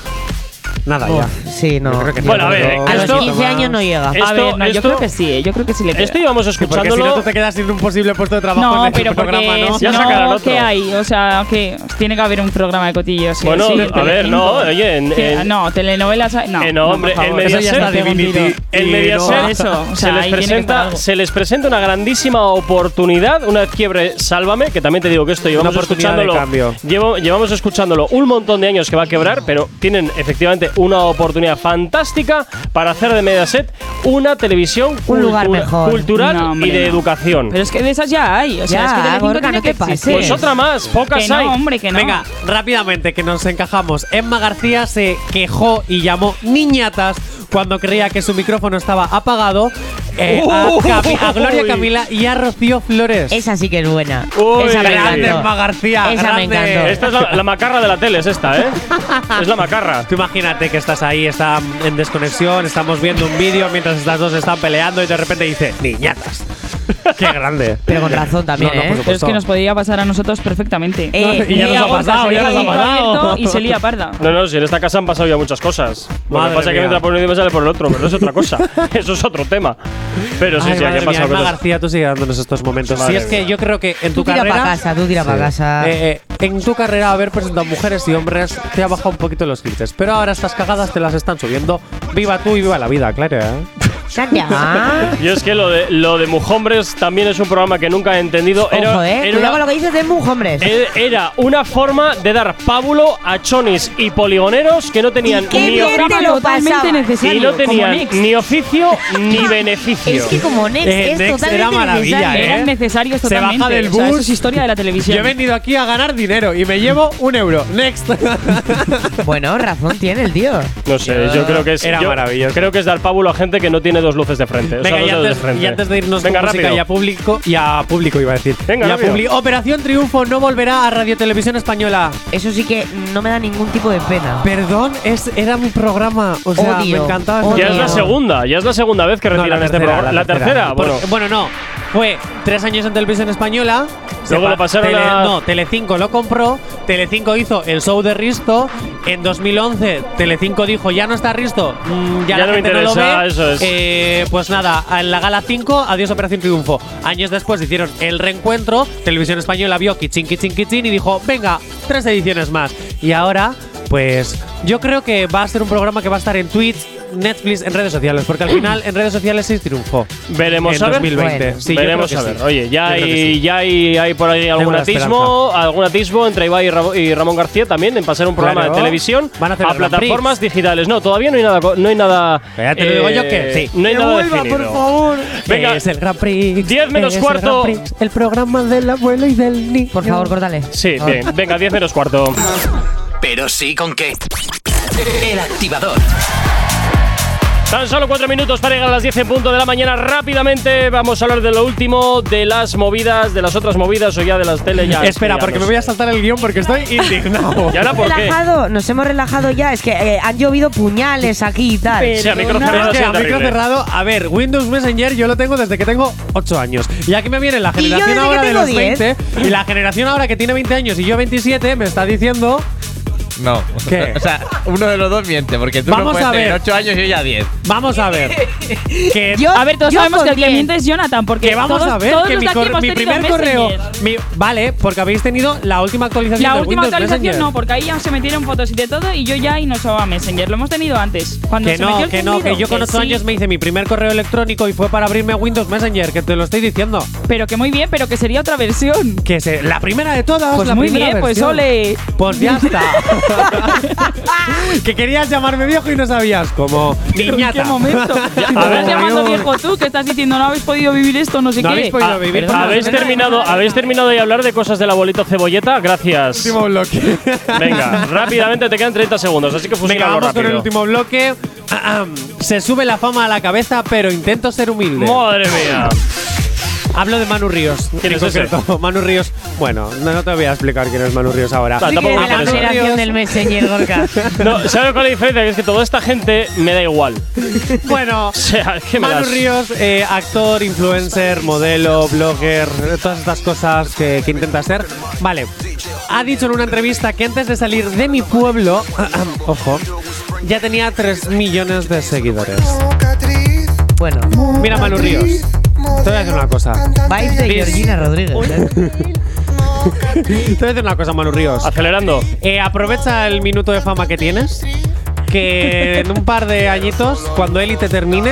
Speaker 2: Nada, ya.
Speaker 4: Uf, sí, no.
Speaker 2: creo que
Speaker 1: Bueno, a ver,
Speaker 4: A los
Speaker 1: esto-
Speaker 4: 15 años no llega.
Speaker 1: Eh,
Speaker 9: a
Speaker 1: esto-
Speaker 9: ver, no,
Speaker 1: esto-
Speaker 9: yo creo que sí, eh, yo creo que sí le queda.
Speaker 1: Esto íbamos
Speaker 2: Porque si
Speaker 1: escuchándolo.
Speaker 2: no, tú te quedas sin un posible puesto de trabajo
Speaker 9: no,
Speaker 2: en este
Speaker 9: pero porque
Speaker 2: programa, ¿no?
Speaker 9: si
Speaker 1: Ya sacarán
Speaker 9: no,
Speaker 1: otro.
Speaker 9: ¿qué hay? O sea, que tiene que haber un programa de cotillos. sí,
Speaker 1: Bueno,
Speaker 9: sí,
Speaker 1: a ver, no, oye, en-
Speaker 9: Que-
Speaker 1: en-
Speaker 9: no, telenovelas, no.
Speaker 1: Eh,
Speaker 9: no,
Speaker 1: no, hombre,
Speaker 9: por
Speaker 1: en
Speaker 9: favor.
Speaker 2: Eso ya
Speaker 1: Mediaset,
Speaker 2: está Divinity.
Speaker 1: en
Speaker 2: y
Speaker 1: Mediaset
Speaker 2: no.
Speaker 9: Eso, o
Speaker 1: se,
Speaker 9: sea,
Speaker 1: les
Speaker 9: ahí tiene que estar
Speaker 1: presenta,
Speaker 9: algo.
Speaker 1: se les presenta una grandísima oportunidad, una quiebre Sálvame, que también te digo que esto llevamos
Speaker 2: oportunidad de
Speaker 1: escuchándolo,
Speaker 2: cambio.
Speaker 1: llevo- llevamos escuchándolo un montón de años que va a quebrar, pero tienen efectivamente una oportunidad fantástica para hacer de Mediaset una televisión
Speaker 4: Un lugar
Speaker 1: cultura-
Speaker 4: mejor.
Speaker 1: cultural
Speaker 9: No, hombre,
Speaker 1: y de
Speaker 9: no.
Speaker 1: educación.
Speaker 9: Pero es que de esas ya hay. O sea,
Speaker 4: Ya,
Speaker 9: es que Telecinco
Speaker 4: Gorka,
Speaker 9: tiene
Speaker 4: no
Speaker 9: que
Speaker 4: te pases.
Speaker 9: existir.
Speaker 1: pues otra más, pocas
Speaker 9: Que no,
Speaker 1: hay.
Speaker 9: hombre, que no.
Speaker 2: Venga, rápidamente, que nos encajamos. Emma García se quejó y llamó niñatas cuando creía que su micrófono estaba apagado eh, a, Cami- a Gloria
Speaker 1: Uy.
Speaker 2: Camila y a Rocío Flores.
Speaker 4: Esa sí que es buena.
Speaker 1: Uy,
Speaker 4: Esa me
Speaker 2: grande,
Speaker 4: encantó.
Speaker 2: Emma García.
Speaker 4: Esa me
Speaker 2: grande.
Speaker 4: encantó.
Speaker 1: Esta es la, la macarra de la tele, es esta, ¿eh? Es la macarra.
Speaker 2: Tú imagínate que estás ahí, está en desconexión, estamos viendo un vídeo mientras estas dos están peleando y de repente dice, niñatas. Qué grande.
Speaker 4: Pero con razón también,
Speaker 2: No, no,
Speaker 4: ¿eh?
Speaker 2: por
Speaker 9: Pero es
Speaker 2: supuesto.
Speaker 9: que nos podría pasar a nosotros perfectamente.
Speaker 4: Eh,
Speaker 2: Y ya nos
Speaker 9: Lía
Speaker 2: ha
Speaker 9: Gorka,
Speaker 2: pasado,
Speaker 9: se
Speaker 2: ya
Speaker 9: deja
Speaker 2: nos ha
Speaker 9: el micro
Speaker 2: pasado.
Speaker 9: abierto Y se lía parda.
Speaker 1: No, no, si en esta casa han pasado ya muchas cosas. Lo
Speaker 2: Madre
Speaker 1: que pasa es que
Speaker 2: mía.
Speaker 1: entra por un me sale por el otro, pero es otra cosa. Eso es otro tema. Pero sí,
Speaker 2: Ay,
Speaker 1: sí, aquí
Speaker 2: madre
Speaker 1: han
Speaker 2: mía,
Speaker 1: pasado
Speaker 2: Emma
Speaker 1: cosas.
Speaker 2: García, tú sigue dándonos estos momentos.
Speaker 1: Madre
Speaker 2: si es que
Speaker 1: mía.
Speaker 2: yo creo que en tu
Speaker 4: Tú tira
Speaker 2: carrera.
Speaker 4: para casa, tú tira para casa.
Speaker 2: Eh, eh, en tu carrera haber presentado mujeres y hombres te ha bajado un poquito los clichés, pero ahora estas cagadas te las están subiendo. Viva tú y viva la vida, claro. ¿eh?
Speaker 4: Calla.
Speaker 1: Yo es que lo de, lo de mujombres también es un programa que nunca he entendido.
Speaker 4: Ojo, eh.
Speaker 1: era,
Speaker 4: Cuidado con
Speaker 1: una,
Speaker 4: lo que dices de muj, hombres.
Speaker 1: er- era una forma de dar pábulo a chonis y poligoneros que no tenían
Speaker 4: qué
Speaker 1: ni,
Speaker 4: bien
Speaker 1: oficio-
Speaker 4: te lo pasaba.
Speaker 9: totalmente necesario.
Speaker 1: y no
Speaker 9: como
Speaker 1: tenían
Speaker 9: Next.
Speaker 1: ni oficio ni beneficio.
Speaker 4: Es que como Next
Speaker 2: Eh,
Speaker 4: es
Speaker 2: Next
Speaker 4: totalmente
Speaker 2: era maravilla,
Speaker 4: necesario.
Speaker 2: ¿eh?
Speaker 9: Eran necesarios
Speaker 2: Se baja
Speaker 9: totalmente.
Speaker 2: del
Speaker 9: O sea, eso
Speaker 2: bus.
Speaker 9: es historia de la
Speaker 2: Yo he
Speaker 9: televisión.
Speaker 2: venido aquí a ganar dinero y me llevo un euro. Next.
Speaker 4: Bueno, razón tiene el tío.
Speaker 1: No sé, yo creo que es.
Speaker 2: Era
Speaker 1: yo
Speaker 2: maravilloso.
Speaker 1: Creo que es dar pábulo a gente que no tiene dos luces de frente. o sea,
Speaker 2: Venga,
Speaker 1: dos
Speaker 2: y
Speaker 1: dedos de
Speaker 2: antes,
Speaker 1: frente.
Speaker 2: y antes de irnos
Speaker 1: Venga,
Speaker 2: con música
Speaker 1: rápido.
Speaker 2: y a público, y a público iba a decir.
Speaker 1: Venga,
Speaker 2: Y a
Speaker 1: rápido.
Speaker 2: publi- Operación Triunfo no volverá a Radio Televisión Española.
Speaker 4: Eso sí que no me da ningún tipo de pena.
Speaker 2: Perdón, es, era mi programa. O sea,
Speaker 4: Odio,
Speaker 2: me encantaba. ese
Speaker 4: odio.
Speaker 1: Ya es la
Speaker 2: programa.
Speaker 1: segunda, ya es la segunda vez que
Speaker 2: No,
Speaker 1: retiran este programa. La, tercera,
Speaker 2: Por-
Speaker 1: bueno.
Speaker 2: no. Fue tres años en televisión española. se
Speaker 1: Luego
Speaker 2: pa-
Speaker 1: lo pasaron
Speaker 2: Tele-
Speaker 1: a-
Speaker 2: No, Telecinco lo compró. Telecinco hizo el show de Risto. En 2011, Telecinco dijo, ya no está Risto. mm,
Speaker 1: Ya
Speaker 2: ya la
Speaker 1: no me
Speaker 2: gente no lo
Speaker 1: interesa,
Speaker 2: ve.
Speaker 1: eso es.
Speaker 2: Eh, pues nada, en la gala 5, adiós Operación Triunfo. Años después hicieron el reencuentro. Televisión Española vio Kichín, Kichín, Kichín y dijo, venga, tres ediciones más. Y ahora, pues yo creo que va a ser un programa que va a estar en Twitch, Netflix, en redes sociales. Porque al final, en redes sociales sí triunfó.
Speaker 1: Veremos
Speaker 2: en
Speaker 1: a ver.
Speaker 2: 2020.
Speaker 4: Bueno.
Speaker 2: Sí, yo
Speaker 1: Veremos
Speaker 2: creo
Speaker 1: a
Speaker 2: que
Speaker 1: ver.
Speaker 2: sí.
Speaker 1: Oye, ya
Speaker 2: Yo creo que
Speaker 1: hay,
Speaker 2: sí.
Speaker 1: ya hay, hay por ahí algún
Speaker 2: la
Speaker 1: atisbo, algún atisbo entre Ibai y, Ra- y Ramón García también en pasar un programa
Speaker 2: Claro.
Speaker 1: de televisión
Speaker 2: Van a hacer el Grand Prix.
Speaker 1: plataformas digitales. No, todavía no hay nada, co- no hay nada. eh,
Speaker 2: Ya te lo digo yo que sí.
Speaker 1: No hay
Speaker 2: Que
Speaker 1: nada
Speaker 2: vuelva,
Speaker 1: definido.
Speaker 2: Eh, por favor.
Speaker 1: Venga.
Speaker 2: Es el Grand Prix.
Speaker 1: 10 menos
Speaker 2: es el
Speaker 1: cuarto.
Speaker 2: Grand Prix, el programa del abuelo y del niño.
Speaker 4: Por favor, córtale.
Speaker 1: Sí,
Speaker 2: Ah.
Speaker 1: bien. Venga, 10 menos cuarto.
Speaker 3: Pero sí con qué. El activador.
Speaker 1: Tan solo cuatro minutos para llegar a las 10 en punto de la mañana. Rápidamente vamos a hablar de lo último, de las movidas, de las otras movidas o ya de las tele. Ya,
Speaker 2: Espera,
Speaker 1: ya
Speaker 2: porque
Speaker 1: no
Speaker 2: me voy
Speaker 1: sé.
Speaker 2: a saltar el guión porque estoy indignado.
Speaker 1: ¿Y ahora por qué?
Speaker 4: relajado, nos hemos relajado ya. Es que eh, han llovido puñales aquí y tal.
Speaker 1: Sí, a micro
Speaker 2: No,
Speaker 1: cerrado ha
Speaker 2: es que
Speaker 1: sido
Speaker 2: a micro
Speaker 1: terrible.
Speaker 2: cerrado, a ver, Windows Messenger yo lo tengo desde que tengo 8 años. Y aquí me viene la
Speaker 4: Y yo
Speaker 2: generación
Speaker 4: desde
Speaker 2: ahora
Speaker 4: que
Speaker 2: de
Speaker 4: tengo
Speaker 2: los
Speaker 4: 10.
Speaker 2: 20 y la generación ahora que tiene 20 años y yo 27 me está diciendo
Speaker 7: No.
Speaker 2: ¿Qué?
Speaker 7: O sea, uno de los dos miente, porque tú
Speaker 2: Vamos
Speaker 7: no puedes
Speaker 2: a
Speaker 7: tener
Speaker 2: ver.
Speaker 7: 8 años y yo ya 10.
Speaker 2: Vamos a ver. Que,
Speaker 4: Yo-
Speaker 9: A ver, todos
Speaker 4: yo
Speaker 9: sabemos
Speaker 4: con
Speaker 9: que el que
Speaker 4: 10.
Speaker 9: miente es Jonathan, porque
Speaker 2: que vamos
Speaker 9: todos,
Speaker 2: a ver
Speaker 9: todos
Speaker 2: que
Speaker 9: los
Speaker 2: mi,
Speaker 9: de aquí
Speaker 2: cor-
Speaker 9: hemos
Speaker 2: mi
Speaker 9: tenido
Speaker 2: primer correo.
Speaker 9: Messenger.
Speaker 2: mi- vale, porque habéis tenido la última actualización
Speaker 9: La
Speaker 2: de
Speaker 9: última
Speaker 2: Windows
Speaker 9: actualización
Speaker 2: Messenger.
Speaker 9: no, porque ahí ya se metieron fotos y de todo y yo ya y no usaba Messenger. Lo hemos tenido antes. Cuando
Speaker 2: Que
Speaker 9: se metió
Speaker 2: no,
Speaker 9: el
Speaker 2: que no, que
Speaker 9: zumbido.
Speaker 2: yo con 8
Speaker 9: sí,
Speaker 2: años me hice mi primer correo electrónico y fue para abrirme a Windows Messenger, que te lo estoy diciendo.
Speaker 9: Pero que muy bien, pero que sería otra versión.
Speaker 2: Que se, la primera de todas,
Speaker 9: Pues
Speaker 2: la
Speaker 9: muy
Speaker 2: primera
Speaker 9: bien, pues
Speaker 2: versión.
Speaker 9: ole.
Speaker 2: Pues ya está. que querías llamarme viejo y no sabías, como
Speaker 9: Pero ¿En
Speaker 2: niñata.
Speaker 9: qué momento?
Speaker 2: ver,
Speaker 9: estás llamando
Speaker 2: yo-
Speaker 9: viejo tú, que estás diciendo no habéis podido vivir esto, no sé
Speaker 2: No
Speaker 9: qué. Pues, Ah,
Speaker 2: habéis podido vivir
Speaker 9: perdón,
Speaker 2: por la
Speaker 1: ¿Habéis
Speaker 9: es verdad,
Speaker 1: terminado,
Speaker 9: es verdad.
Speaker 1: ¿Habéis terminado de hablar de cosas del abuelito cebolleta? Gracias.
Speaker 2: Último bloque.
Speaker 1: Venga, rápidamente te quedan 30 segundos, así que
Speaker 2: Venga,
Speaker 1: fusílalo
Speaker 2: vamos con el
Speaker 1: rápido.
Speaker 2: último bloque. Ahem. Se sube la fama a la cabeza, pero intento ser humilde.
Speaker 1: Madre mía.
Speaker 2: Hablo de Manu Ríos.
Speaker 1: ¿Quién
Speaker 2: en
Speaker 1: es ese?
Speaker 2: concreto. Manu Ríos. Bueno, no, no te voy a explicar quién es Manu Ríos ahora.
Speaker 1: Ta-
Speaker 4: Sí
Speaker 1: tampoco
Speaker 4: que
Speaker 9: Ah,
Speaker 1: me
Speaker 4: de la
Speaker 1: interesa.
Speaker 4: generación del Messenger, Gorka.
Speaker 1: No, ¿Sabes cuál es la diferencia? Que es que toda esta gente me da igual.
Speaker 2: bueno.
Speaker 1: O sea, ¿qué me
Speaker 2: Manu
Speaker 1: das?
Speaker 2: Ríos, eh, actor, influencer, modelo, blogger, eh, todas estas cosas que, que intenta ser. Vale, ha dicho en una entrevista que antes de salir de mi pueblo, ojo, ya tenía 3 millones de seguidores.
Speaker 4: Bueno,
Speaker 2: Mira, Manu Ríos, te voy a decir una cosa.
Speaker 4: vibes de Georgina Rodríguez. ¿eh?
Speaker 2: Te voy a decir una cosa, Manu Ríos.
Speaker 1: Acelerando.
Speaker 2: Eh, aprovecha el minuto de fama que tienes. Que en un par de añitos, cuando Élite termine,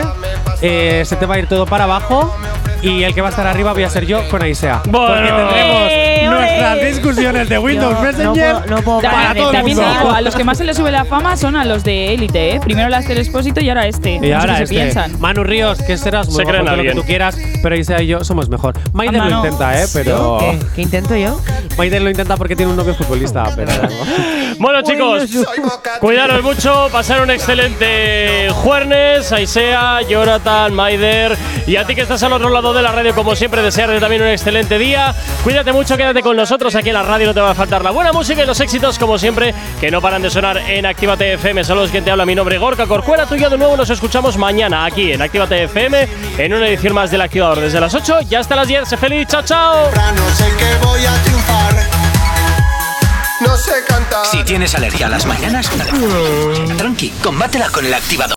Speaker 2: eh, se te va a ir todo para abajo. y el que va a estar arriba voy a ser yo con Aisea. Porque
Speaker 1: Bueno.
Speaker 2: tendremos
Speaker 9: ¡Eh, ole!
Speaker 2: nuestras discusiones de Windows Messenger
Speaker 4: puedo- no puedo
Speaker 2: para
Speaker 9: También,
Speaker 2: todo el
Speaker 9: también te digo,
Speaker 2: mundo.
Speaker 9: a los que más se les sube la fama son a los de élite, ¿eh? Primero Laster Expósito y ahora este.
Speaker 2: Y
Speaker 9: No sé
Speaker 2: ahora
Speaker 9: qué
Speaker 2: este.
Speaker 9: piensan.
Speaker 2: Manu Ríos, que serás muy
Speaker 1: Se creen
Speaker 2: guapo, todo lo que
Speaker 1: alguien.
Speaker 2: tú quieras, pero Aisea y yo somos mejor. Maiden
Speaker 9: Anda,
Speaker 2: lo
Speaker 9: no.
Speaker 2: intenta, ¿eh? Pero.
Speaker 4: ¿Yo? ¿Qué, ¿Qué intento yo?
Speaker 2: Maiden lo intenta porque tiene un novio futbolista, pero.
Speaker 1: Bueno, chicos, cuidaros mucho, pasar un excelente jueves, Aisea, Jonathan, Maider y a ti que estás al otro lado de la radio, como siempre, desearles también un excelente día. Cuídate mucho, quédate con nosotros aquí en la radio, no te va a faltar la buena música y los éxitos, como siempre, que no paran de sonar en Actívate FM. Saludos, quien te habla, mi nombre es Gorka Corcuera, tuya de nuevo, nos escuchamos mañana aquí en Actívate FM, en una edición más del Activador, desde las 8 y hasta las 10. Sé feliz, chao, chao.
Speaker 10: sé que voy a triunfar. No sé cantar.
Speaker 3: Si tienes alergia a las mañanas, tranqui, combátela con el activador.